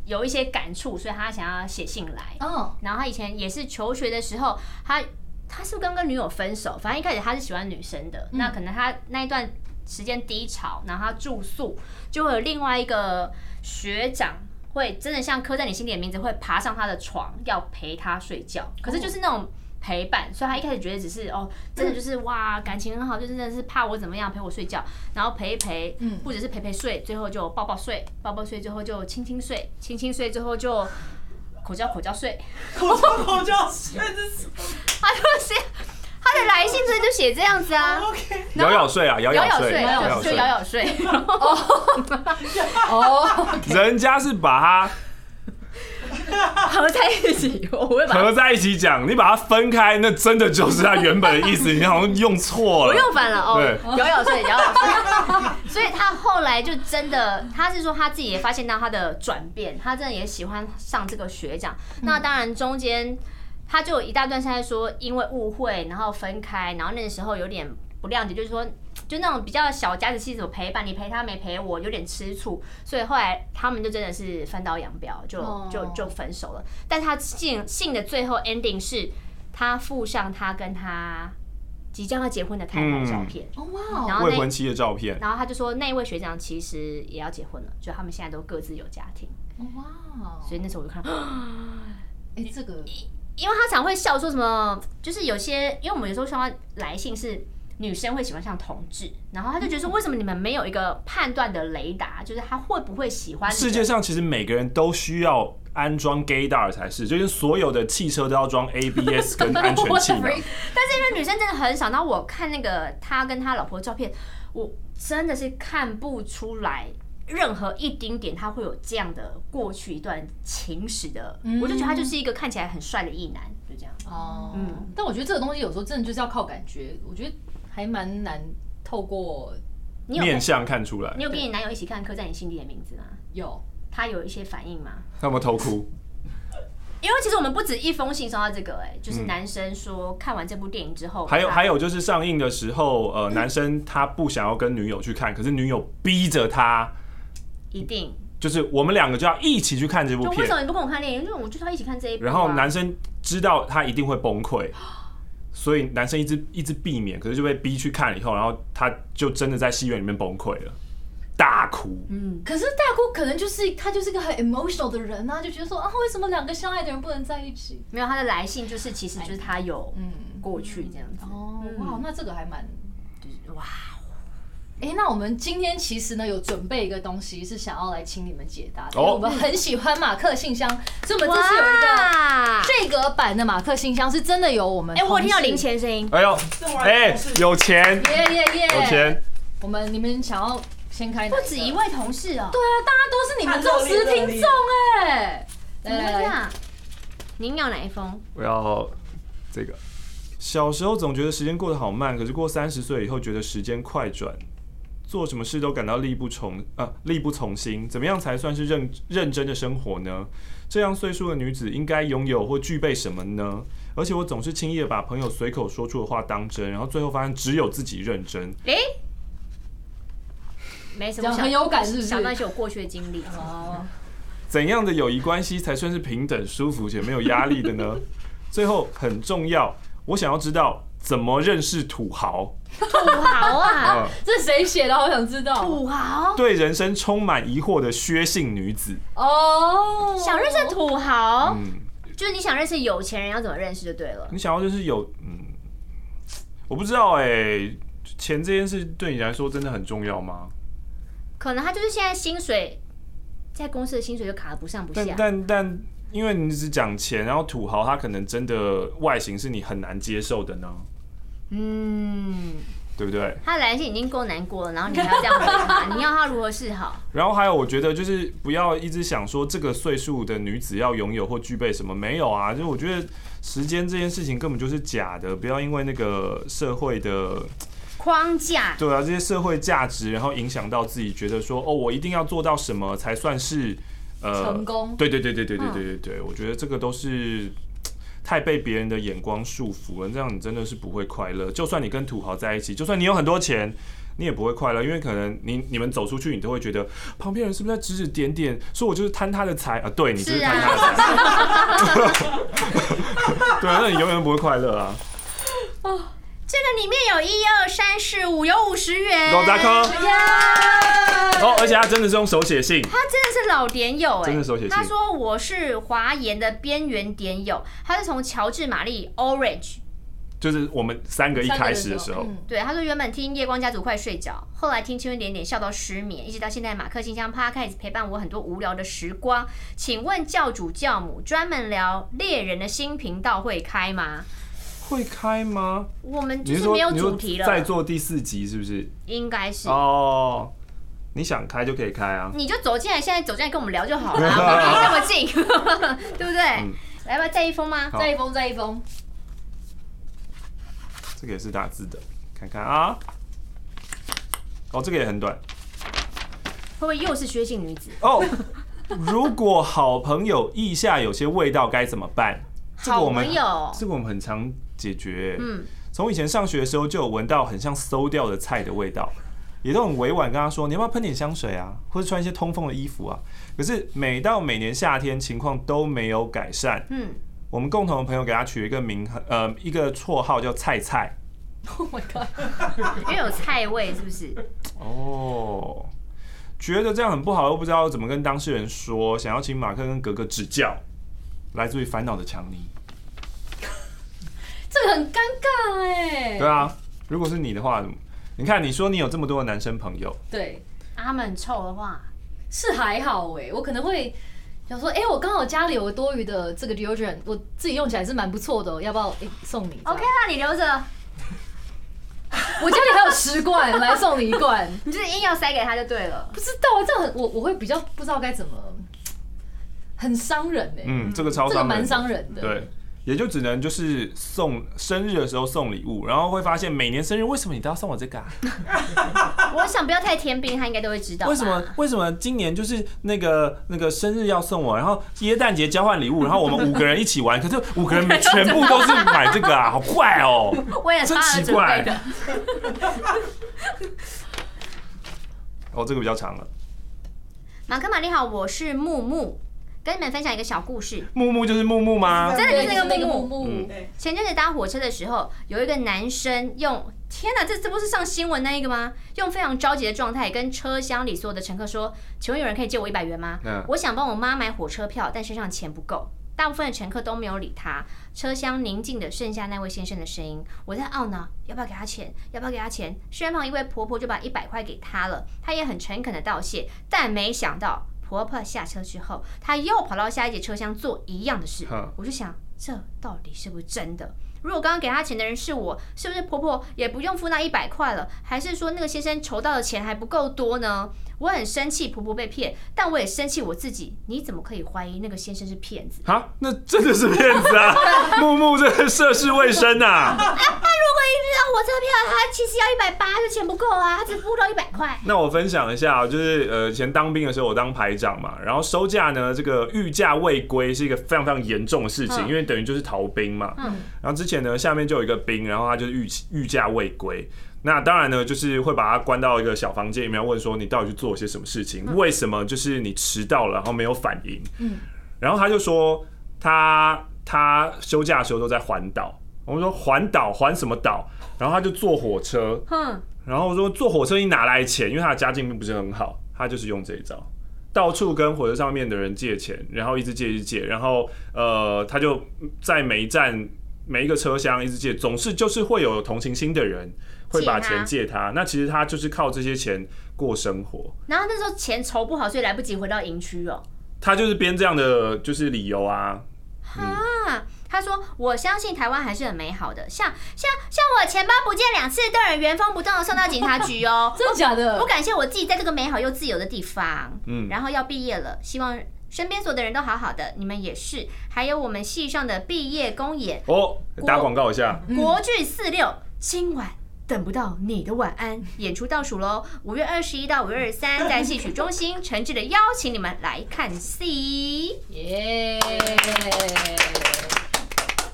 Speaker 3: 有一些感触，所以他想要写信来。
Speaker 1: 嗯，
Speaker 3: 然后他以前也是求学的时候，他他是不是刚跟女友分手？反正一开始他是喜欢女生的，那可能他那一段时间低潮，然后他住宿，就会有另外一个学长会真的像刻在你心底的名字，会爬上他的床要陪他睡觉，可是就是那种。陪伴，所以他一开始觉得只是哦，真的就是哇，感情很好，就真的是怕我怎么样陪我睡觉，然后陪一陪，
Speaker 1: 嗯
Speaker 3: 或者是陪陪睡，最后就抱抱睡，抱抱睡，最后就亲亲睡，亲亲睡，最后就口交口交睡，
Speaker 4: 口罩口罩睡这是
Speaker 3: 他就是他的来信，所以就写这样子啊，
Speaker 4: OK，
Speaker 2: 摇摇睡啊，摇
Speaker 3: 摇
Speaker 2: 摇
Speaker 3: 摇
Speaker 2: 睡，
Speaker 3: 睡，
Speaker 1: 摇
Speaker 3: 对
Speaker 1: 摇
Speaker 3: 就摇摇睡，
Speaker 1: 哦，
Speaker 2: 人家是把
Speaker 3: 合在一起，我会
Speaker 2: 它
Speaker 3: 把它
Speaker 2: 合在一起讲，你把它分开，那真的就是它原本的意思，你好像用错
Speaker 3: 不
Speaker 2: 了。
Speaker 3: 用反了哦
Speaker 2: 对，
Speaker 3: 摇摇睡，摇摇睡， 所以他后来就真的，他是说他自己也发现到他的转变，他真的也喜欢上这个学长，那当然中间。他就有一大段是在说，因为误会，然后分开，然后那时候有点不谅解，就是说，就那种比较小家子气怎么陪伴，你陪他没陪我，有点吃醋，所以后来他们就真的是分道扬镳，就
Speaker 1: 哦
Speaker 3: 就就分手了。但他信信的最后 ending 是他附上他跟他即将要结婚的太太的照片，
Speaker 2: 嗯
Speaker 1: 哦哇
Speaker 3: 然
Speaker 1: 哦，
Speaker 3: 后
Speaker 2: 未
Speaker 3: 那
Speaker 2: 婚妻的照片，
Speaker 3: 然后他就说那一位学长其实也要结婚了，就他们现在都各自有家庭，
Speaker 1: 哇哦，
Speaker 3: 所以那时候我就看到。
Speaker 1: 哎，这个
Speaker 3: 因为他常会笑说什么，就是有些，因为我们有时候收到来信是女生会喜欢上同志，然后他就觉得
Speaker 2: 嗯
Speaker 3: 说，为什么你们没有一个判断的雷达，就是他会不会喜欢你
Speaker 2: 世界上其实每个人都需要安装 gaydar 才是，就是所有的汽车都要装 ABS 跟安全气
Speaker 1: What the
Speaker 2: 囊
Speaker 1: freak？。
Speaker 3: 但是因为女生真的很少，然后我看那个他跟他老婆的照片，我真的是看不出来。任何一丁点，他会有这样的过去一段情史的，我就觉得他就是一个看起来很帅的异男，就这样。
Speaker 1: 哦，
Speaker 3: 嗯
Speaker 1: 但我觉得这个东西有时候真的就是要靠感觉，我觉得还蛮难透过
Speaker 3: 你有
Speaker 2: 面相看出来
Speaker 3: 你，有跟你男友一起看《刻在你心底的名字》吗？
Speaker 1: 有
Speaker 3: 他有一些反应吗？
Speaker 2: 那么偷哭，
Speaker 3: 因为其实我们不止一封信收到这个、哎，就是男生说看完这部电影之后，
Speaker 2: 嗯还有
Speaker 3: 他
Speaker 2: 还有就是上映的时候，呃，男生他不想要跟女友去看，可是女友逼着他，
Speaker 3: 一定，
Speaker 2: 就是我们两个就要一起去看这部
Speaker 3: 就为
Speaker 2: 片
Speaker 3: 什，么你不跟我看电影？因为我就是要一起看这一部、啊。
Speaker 2: 然后男生知道他一定会崩溃，所以男生一直一直避免，可是就被逼去看了以后，然后他就真的在戏院里面崩溃了，大哭。
Speaker 4: 嗯
Speaker 1: 可是大姑可能就是他就是一个很 emotional 的人啊，就觉得说啊，为什么两个相爱的人不能在一起？
Speaker 3: 没有他的来信，就是其实就是他有
Speaker 1: 嗯，
Speaker 3: 过去这样子。
Speaker 1: 哦，哇，那这个还蛮
Speaker 3: 就是哇，
Speaker 1: 哎、那我们今天其实呢有准备一个东西，是想要来请你们解答的，
Speaker 2: 哦
Speaker 1: 因为我们很喜欢马克信箱，所以我们这次有一个
Speaker 3: 哇
Speaker 1: 这个版的马克信箱，是真的有我们
Speaker 3: 哎、我有听到
Speaker 1: 同事
Speaker 3: 零，钱声音，
Speaker 2: 哎呦，
Speaker 4: 这玩意
Speaker 2: 哎
Speaker 4: 儿是，
Speaker 2: 有钱，
Speaker 1: 耶耶耶，
Speaker 2: 有钱，
Speaker 1: 我们你们想要先开哪
Speaker 3: 不止一
Speaker 1: 个
Speaker 3: 位同事哦、
Speaker 1: 对啊，大家都是你们忠实听众哎、
Speaker 3: 怎么会这样？啊您要哪一封？
Speaker 2: 我要这个。小时候总觉得时间过得好慢，可是过三十岁以后，觉得时间快转，做什么事都感到力不从啊力不从心。怎么样才算是认认真的生活呢？这样岁数的女子应该拥有或具备什么呢？而且我总是轻易的把朋友随口说出的话当真，然后最后发现只有自己认真。
Speaker 3: 哎、没什么
Speaker 1: 讲
Speaker 3: 想，
Speaker 1: 很有感是不是
Speaker 3: 想到一些我过去的经历。
Speaker 1: 哦，
Speaker 2: 怎样的友谊关系才算是平等、舒服且没有压力的呢？ 最后很重要，我想要知道怎么认识土豪
Speaker 3: 土 豪啊，
Speaker 2: 啊、
Speaker 1: 这谁写的？好想知道
Speaker 3: 土 豪，
Speaker 2: 对人生充满疑惑的薛姓女子。
Speaker 1: 哦，
Speaker 3: 想认识土豪，
Speaker 2: 嗯，
Speaker 3: 就是你想认识有钱人要怎么认识就对了。
Speaker 2: 你想要就是有嗯，我不知道哎、钱这件事对你来说真的很重要吗？
Speaker 3: 可能他就是现在薪水，在公司的薪水就卡的不上不
Speaker 2: 但
Speaker 3: 下。
Speaker 2: 但但，因为你只讲钱，然后土豪他可能真的外形是你很难接受的呢，
Speaker 3: 嗯，
Speaker 2: 对不对？
Speaker 3: 他的来信已经够难过了，然后你还要这样回 他，你要他如何是好？
Speaker 2: 然后还有，我觉得就是不要一直想说这个岁数的女子要拥有或具备什么，没有啊。就是我觉得时间这件事情根本就是假的，不要因为那个社会的
Speaker 3: 框架，
Speaker 2: 对啊这些社会价值，然后影响到自己，觉得说哦，我一定要做到什么才算是呃
Speaker 1: 成功
Speaker 2: 对对对对对对对对对，我觉得这个都是。太被别人的眼光束缚了，这样你真的是不会快乐。就算你跟土豪在一起，就算你有很多钱，你也不会快乐，因为可能你你们走出去，你都会觉得旁边人是不是在指指点点，说我就是贪他的财啊？对，你就是
Speaker 3: 是
Speaker 2: 贪他的
Speaker 3: 啊，
Speaker 2: 财， 对啊，那你永远不会快乐啊。
Speaker 3: 这个里面有一二三四五，有五十元。
Speaker 2: 老大
Speaker 3: 他
Speaker 2: 哥，哦，而且他真的是用手写信，
Speaker 3: 真的是老点友哎、
Speaker 2: 真的手写信
Speaker 3: 他说我是华研的边缘点友，他是从乔治玛丽 Orange。
Speaker 2: 就是我们三个一
Speaker 1: 三个
Speaker 2: 开始的时候，
Speaker 1: 嗯
Speaker 3: 对，他说原本听夜光家族快睡着，后来听青春点点笑到失眠，一直到现在马克信箱 Podcast 陪伴我很多无聊的时光。请问教主教母专门聊猎人的新频道会开吗？
Speaker 2: 会开吗？
Speaker 3: 我们
Speaker 2: 你
Speaker 3: 就
Speaker 2: 是
Speaker 3: 是
Speaker 2: 说
Speaker 3: 没有
Speaker 2: 你说
Speaker 3: 主题
Speaker 2: 在
Speaker 3: 了，嗯
Speaker 2: 做第四集是不是？
Speaker 3: 应该是。
Speaker 2: 哦，你想开就可以开啊。
Speaker 3: 你就走进来，现在走进来跟我们聊就 好了，我们离这么近， 对不对？
Speaker 2: 嗯
Speaker 3: 来吧，再一封吗？
Speaker 2: 好
Speaker 1: 再一封，再一封，
Speaker 2: 这个也是打字的，看看啊。哦，这个也很短
Speaker 3: 会不会又是薛姓女子？
Speaker 2: 哦。如果好朋友腋下有些味道该怎么办？这个
Speaker 3: 好
Speaker 2: 我们
Speaker 3: 朋友，
Speaker 2: 这个我们很常解决、
Speaker 3: 嗯，
Speaker 2: 从以前上学的时候就有闻到很像馊掉的菜的味道，也都很委婉跟他说，你要不要喷点香水啊，或者穿一些通风的衣服啊。可是每到每年夏天，情况都没有改善。
Speaker 3: 嗯，
Speaker 2: 我们共同的朋友给他取一个名，呃，一个绰号叫菜菜。
Speaker 1: Oh my god！
Speaker 3: 嗯因为有菜味，是不是？
Speaker 2: 哦，觉得这样很不好，又不知道怎么跟当事人说，想要请马克跟格格指教。来自于烦恼的强尼，
Speaker 1: 这个很尴尬哎、
Speaker 2: 对啊，如果是你的话，你看你说你有这么多的男生朋友，
Speaker 1: 对，
Speaker 3: 啊他们很臭的话，
Speaker 1: 是还好哎、我可能会想说，哎、我刚好家里有多余的这个 deodorant，我自己用起来是蛮不错的哦，要不要、哎送你
Speaker 3: OK 啦，你留着，
Speaker 1: 我家里还有十罐，来送你一罐。
Speaker 3: 你就是硬要塞给他就对了。
Speaker 1: 不知道啊，这样很我我会比较不知道该怎么，很伤人哎、
Speaker 2: 嗯，这个超
Speaker 1: 这个
Speaker 2: 伤人
Speaker 1: 蛮
Speaker 2: 的，
Speaker 1: 伤人的。
Speaker 2: 对，也就只能就是送生日的时候送礼物，然后会发现每年生日为什么你都要送我这个、啊？
Speaker 3: 我想不要太天兵，他应该都会知道吧。
Speaker 2: 为什么为什么今年就是那个那个生日要送我，然后耶诞节交换礼物，然后我们五个人一起 玩，可是五个人每全部都是买这个啊，好怪哦、
Speaker 3: 为了
Speaker 2: 真
Speaker 3: 他而
Speaker 2: 奇
Speaker 3: 准备
Speaker 2: 怪
Speaker 3: 的？。
Speaker 2: 哦，这个比较长了。
Speaker 3: 马克玛丽好，我是木木，跟你们分享一个小故事。
Speaker 2: 木木就是木木吗？
Speaker 4: 真
Speaker 1: 对，
Speaker 3: 那
Speaker 1: 就
Speaker 3: 个
Speaker 1: 是那个
Speaker 3: 木
Speaker 1: 木
Speaker 2: 嗯
Speaker 1: 木，
Speaker 3: 前阵子搭火车的时候，有一个男生用“天哪，这这不是上新闻那一个吗？”用非常着急的状态跟车厢里所有的乘客说：“请问有人可以借我一百元吗？
Speaker 2: 嗯
Speaker 3: 我想帮我妈买火车票，但身上钱不够。”大部分的乘客都没有理他，车厢宁静的剩下那位先生的声音。我在懊恼，要不要给他钱？要不要给他钱？身旁一位婆婆就把一百块给他了，她也很诚恳的道谢，但没想到婆婆下车之后，她又跑到下一节车厢做一样的事
Speaker 2: 哼。
Speaker 3: 我就想，这到底是不是真的？如果刚刚给她钱的人是我，是不是婆婆也不用付那一百块了？还是说那个先生筹到的钱还不够多呢？我很生气婆婆被骗，但我也生气我自己。你怎么可以怀疑那个先生是骗子？
Speaker 2: 啊，那真的是骗子啊！木木这个涉世未深啊。
Speaker 3: 如果一直让我车票，他其实要一百八，这钱不够啊，他只付到一百块。
Speaker 2: 那我分享一下啊，就是呃，以前当兵的时候我当排长嘛，然后收假呢，这个御驾未归是一个非常非常严重的事情，
Speaker 3: 嗯
Speaker 2: 因为等于就是逃兵嘛。
Speaker 3: 嗯
Speaker 2: 然后之前呢，下面就有一个兵，然后他就是御御驾未归。那当然呢，就是会把他关到一个小房间里面，问说你到底去做了些什么事情？
Speaker 3: 嗯
Speaker 2: 为什么就是你迟到了，然后没有反应？
Speaker 1: 嗯。
Speaker 2: 然后他就说他他休假的时候都在环岛。我们说环岛环什么岛？然后他就坐火车，
Speaker 3: 哼，
Speaker 2: 然后我说坐火车你哪来钱？因为他的家境并不是很好，他就是用这一招，到处跟火车上面的人借钱，然后一直借一直借，然后呃，他就在每一站每一个车厢一直借，总是就是会有同情心的人会把
Speaker 3: 借他
Speaker 2: 钱借他。那其实他就是靠这些钱过生活。
Speaker 3: 然后那时候钱筹不好，所以来不及回到营区哦。
Speaker 2: 他就是编这样的就是理由啊，
Speaker 3: 啊，他说我相信台湾还是很美好的，像像像我钱包不见两次，都有人原封不动的送到警察局哦
Speaker 1: 真的假的
Speaker 3: 我？感谢我自己在这个美好又自由的地方。
Speaker 2: 嗯
Speaker 3: 然后要毕业了，希望身边所有的人都好好的，你们也是。还有我们系上的毕业公演，
Speaker 2: 哦，打广告一下，
Speaker 3: 国剧四六，今晚等不到你的晚安，演出倒数喽！五月二十一到五月二十 三，在戏曲中心，诚挚的邀请你们来看戏。
Speaker 1: 耶！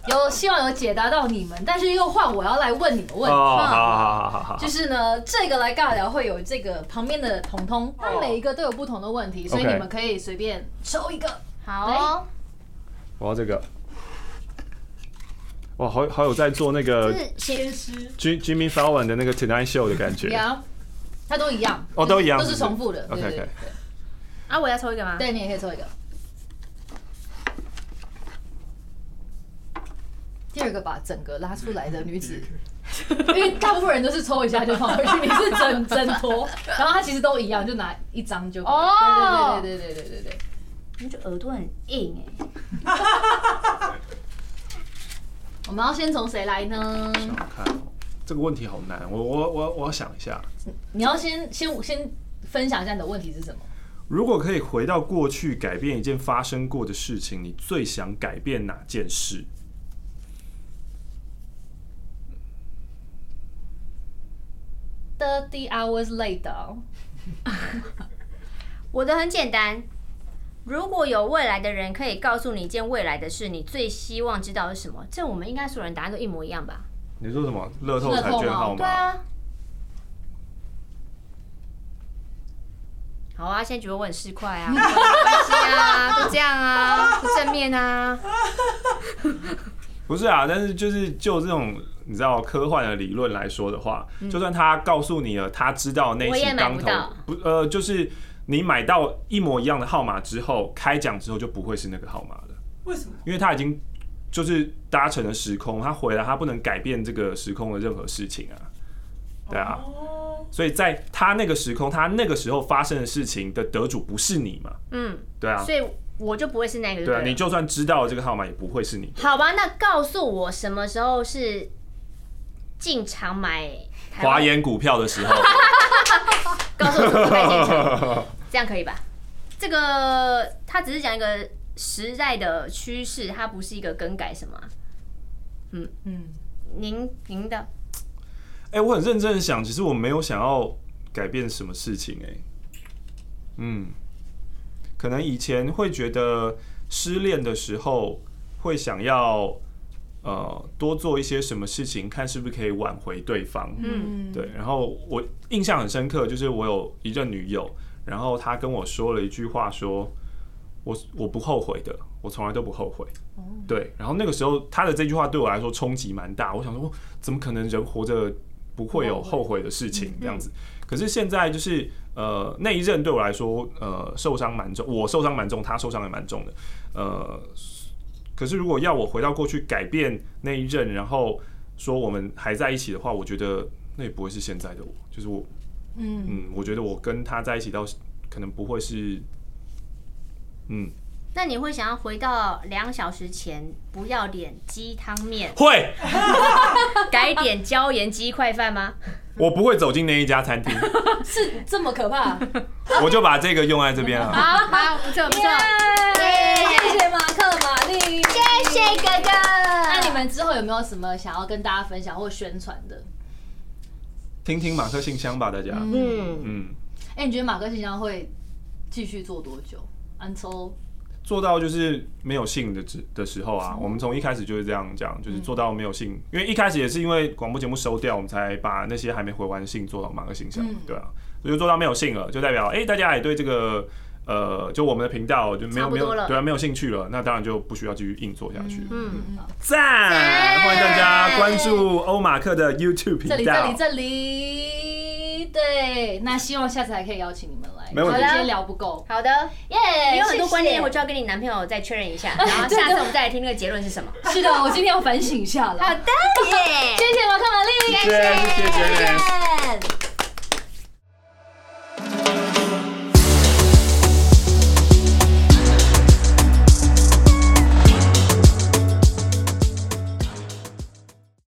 Speaker 1: 有希望有解答到你们，但是又换我要来问你们
Speaker 2: 哦，
Speaker 1: 问题。
Speaker 2: 好好好好好好
Speaker 1: 就，是呢，这个来尬聊会有这个旁边的彤彤，他每一个都有不同的问题，所以
Speaker 2: OK
Speaker 1: 你们可以随便抽一个。
Speaker 3: 好哦，
Speaker 2: 我要这个。哇，好好有在做那个
Speaker 3: 就是写
Speaker 4: 师
Speaker 2: Jim- Jimmy Fallon 的那个 Tonight Show 的感觉。
Speaker 1: 呀，它都一样，
Speaker 2: 哦都一样
Speaker 1: 都是
Speaker 2: 是不是
Speaker 1: 重复的。对
Speaker 2: OK，OK
Speaker 1: 对对，
Speaker 3: 啊，我要抽一个吗？
Speaker 1: 对你也可以抽一个。第二个把整个拉出来的女 子，因为大部分人都是抽一下就放回去，你是整整坨，然后它其实都一样，就拿一张就可以。
Speaker 3: 哦
Speaker 1: 对对对对对对对对。
Speaker 3: 你就耳朵很硬哎、
Speaker 1: 我们要先从谁来呢？
Speaker 2: 想想看，哦这个问题好难，我我我我要想一下。
Speaker 1: 你要先先先分享一下你的问题是什么？
Speaker 2: 如果可以回到过去，改变一件发生过的事情，你最想改变哪件事？
Speaker 1: Thirty hours later，
Speaker 3: 我的很简单，如果有未来的人可以告诉你一件未来的事，你最希望知道的是什么？这我们应该所有人答案都一模一样吧？
Speaker 2: 你说什么？乐透彩券号
Speaker 3: 对
Speaker 2: 码？
Speaker 3: 啊。好啊，现在觉得我很市侩啊， 没关系啊，都这样啊，不正面啊。
Speaker 2: 不是啊，但是就是就这种你知道科幻的理论来说的话，就算他告诉你了，他知道那
Speaker 3: 嗯我也
Speaker 2: 期
Speaker 3: 买
Speaker 2: 当
Speaker 3: 不
Speaker 2: 头
Speaker 3: 到
Speaker 2: 不呃，就是你买到一模一样的号码之后，开奖之后就不会是那个号码了。
Speaker 4: 为什么？
Speaker 2: 因为他已经就是搭乘了时空，他回来他不能改变这个时空的任何事情啊，对啊，
Speaker 4: 哦，
Speaker 2: 所以在他那个时空，他那个时候发生的事情的得主不是你嘛，
Speaker 3: 嗯，
Speaker 2: 对啊，
Speaker 3: 所以我就不会是那个
Speaker 2: 对啊，
Speaker 3: 人。
Speaker 2: 你就算知道了这个号码也不会是你，
Speaker 3: 好吧，那告诉我什么时候是进场买台湾
Speaker 2: 华？研股票的时候，
Speaker 3: 告诉我什么时候在进场，这样可以吧？这个他只是讲一个时代的趋势，它不是一个更改什么啊。
Speaker 1: 嗯，
Speaker 3: 您您的
Speaker 2: 哎、我很认真的想，其实我没有想要改变什么事情、哎，嗯，可能以前会觉得失恋的时候会想要呃多做一些什么事情，看是不是可以挽回对方。
Speaker 3: 嗯
Speaker 1: 嗯，
Speaker 2: 对，然后我印象很深刻，就是我有一任女友，然后她跟我说了一句话说我我不后悔的，我从来都不后悔。对，然后那个时候她的这句话对我来说冲击蛮大，我想说怎么可能人活着不会有后悔的嗯事情这样子？可是现在就是呃那一任对我来说呃受伤蛮重，我受伤蛮重，她受伤也蛮重的，呃。可是如果要我回到过去改变那一任，然后说我们还在一起的话，我觉得那也不会是现在的我，就是我，
Speaker 1: 嗯
Speaker 2: 嗯，我觉得我跟他在一起到可能不会是，嗯，，
Speaker 3: 那你会想要回到两小时前不要点鸡汤面
Speaker 2: 会，
Speaker 3: 改点椒盐鸡块 饭吗？
Speaker 2: 我不会走进那一家餐厅，
Speaker 1: 是这么可 怕？
Speaker 2: 我就把这个用在这边了。
Speaker 3: 好好，不错不错，
Speaker 1: 谢谢马克马丽。
Speaker 3: 谢谢哥哥。
Speaker 1: 那
Speaker 3: 那
Speaker 1: 你们之后有没有什么想要跟大家分享或宣传的？
Speaker 2: 听听马克信箱吧，大家。
Speaker 1: 嗯，
Speaker 3: 嗯，
Speaker 2: 嗯，
Speaker 1: 哎，你觉得马克信箱会继续做多久？until
Speaker 2: 做到就是没有信的之的时候啊，我们从一开始就是这样讲，就是做到没有信，因为一开始也是因为广播节目收掉，我们才把那些还没回完的信做到马克信箱，
Speaker 1: 嗯
Speaker 2: 对啊，所以就做到没有信了，就代表哎、大家也对这个。呃，就我们的频道就没
Speaker 3: 差
Speaker 2: 有
Speaker 3: 不
Speaker 2: 没
Speaker 3: 多
Speaker 2: 有
Speaker 3: 了
Speaker 2: 对啊，没有兴趣了，那当然就不需要继续硬做下去。
Speaker 1: 嗯，
Speaker 2: 赞、欢迎大家关注欧马克的 YouTube 频
Speaker 1: 这里
Speaker 2: 道。
Speaker 1: 这里这里，对，那希望下次还可以邀请你们来，
Speaker 2: 没问题
Speaker 1: 今天聊不够，
Speaker 3: 好的，
Speaker 1: 耶，
Speaker 3: 你有很多观
Speaker 1: 谢
Speaker 3: 念，
Speaker 1: 谢
Speaker 3: 回去要跟你男朋友再确认一下，然后下次我们再来听那个结论是什么。
Speaker 1: 是的，我今天要反省一下了。
Speaker 3: 的，耶
Speaker 1: 谢谢马克玛丽，
Speaker 2: 谢谢谢谢 Janice
Speaker 3: 谢谢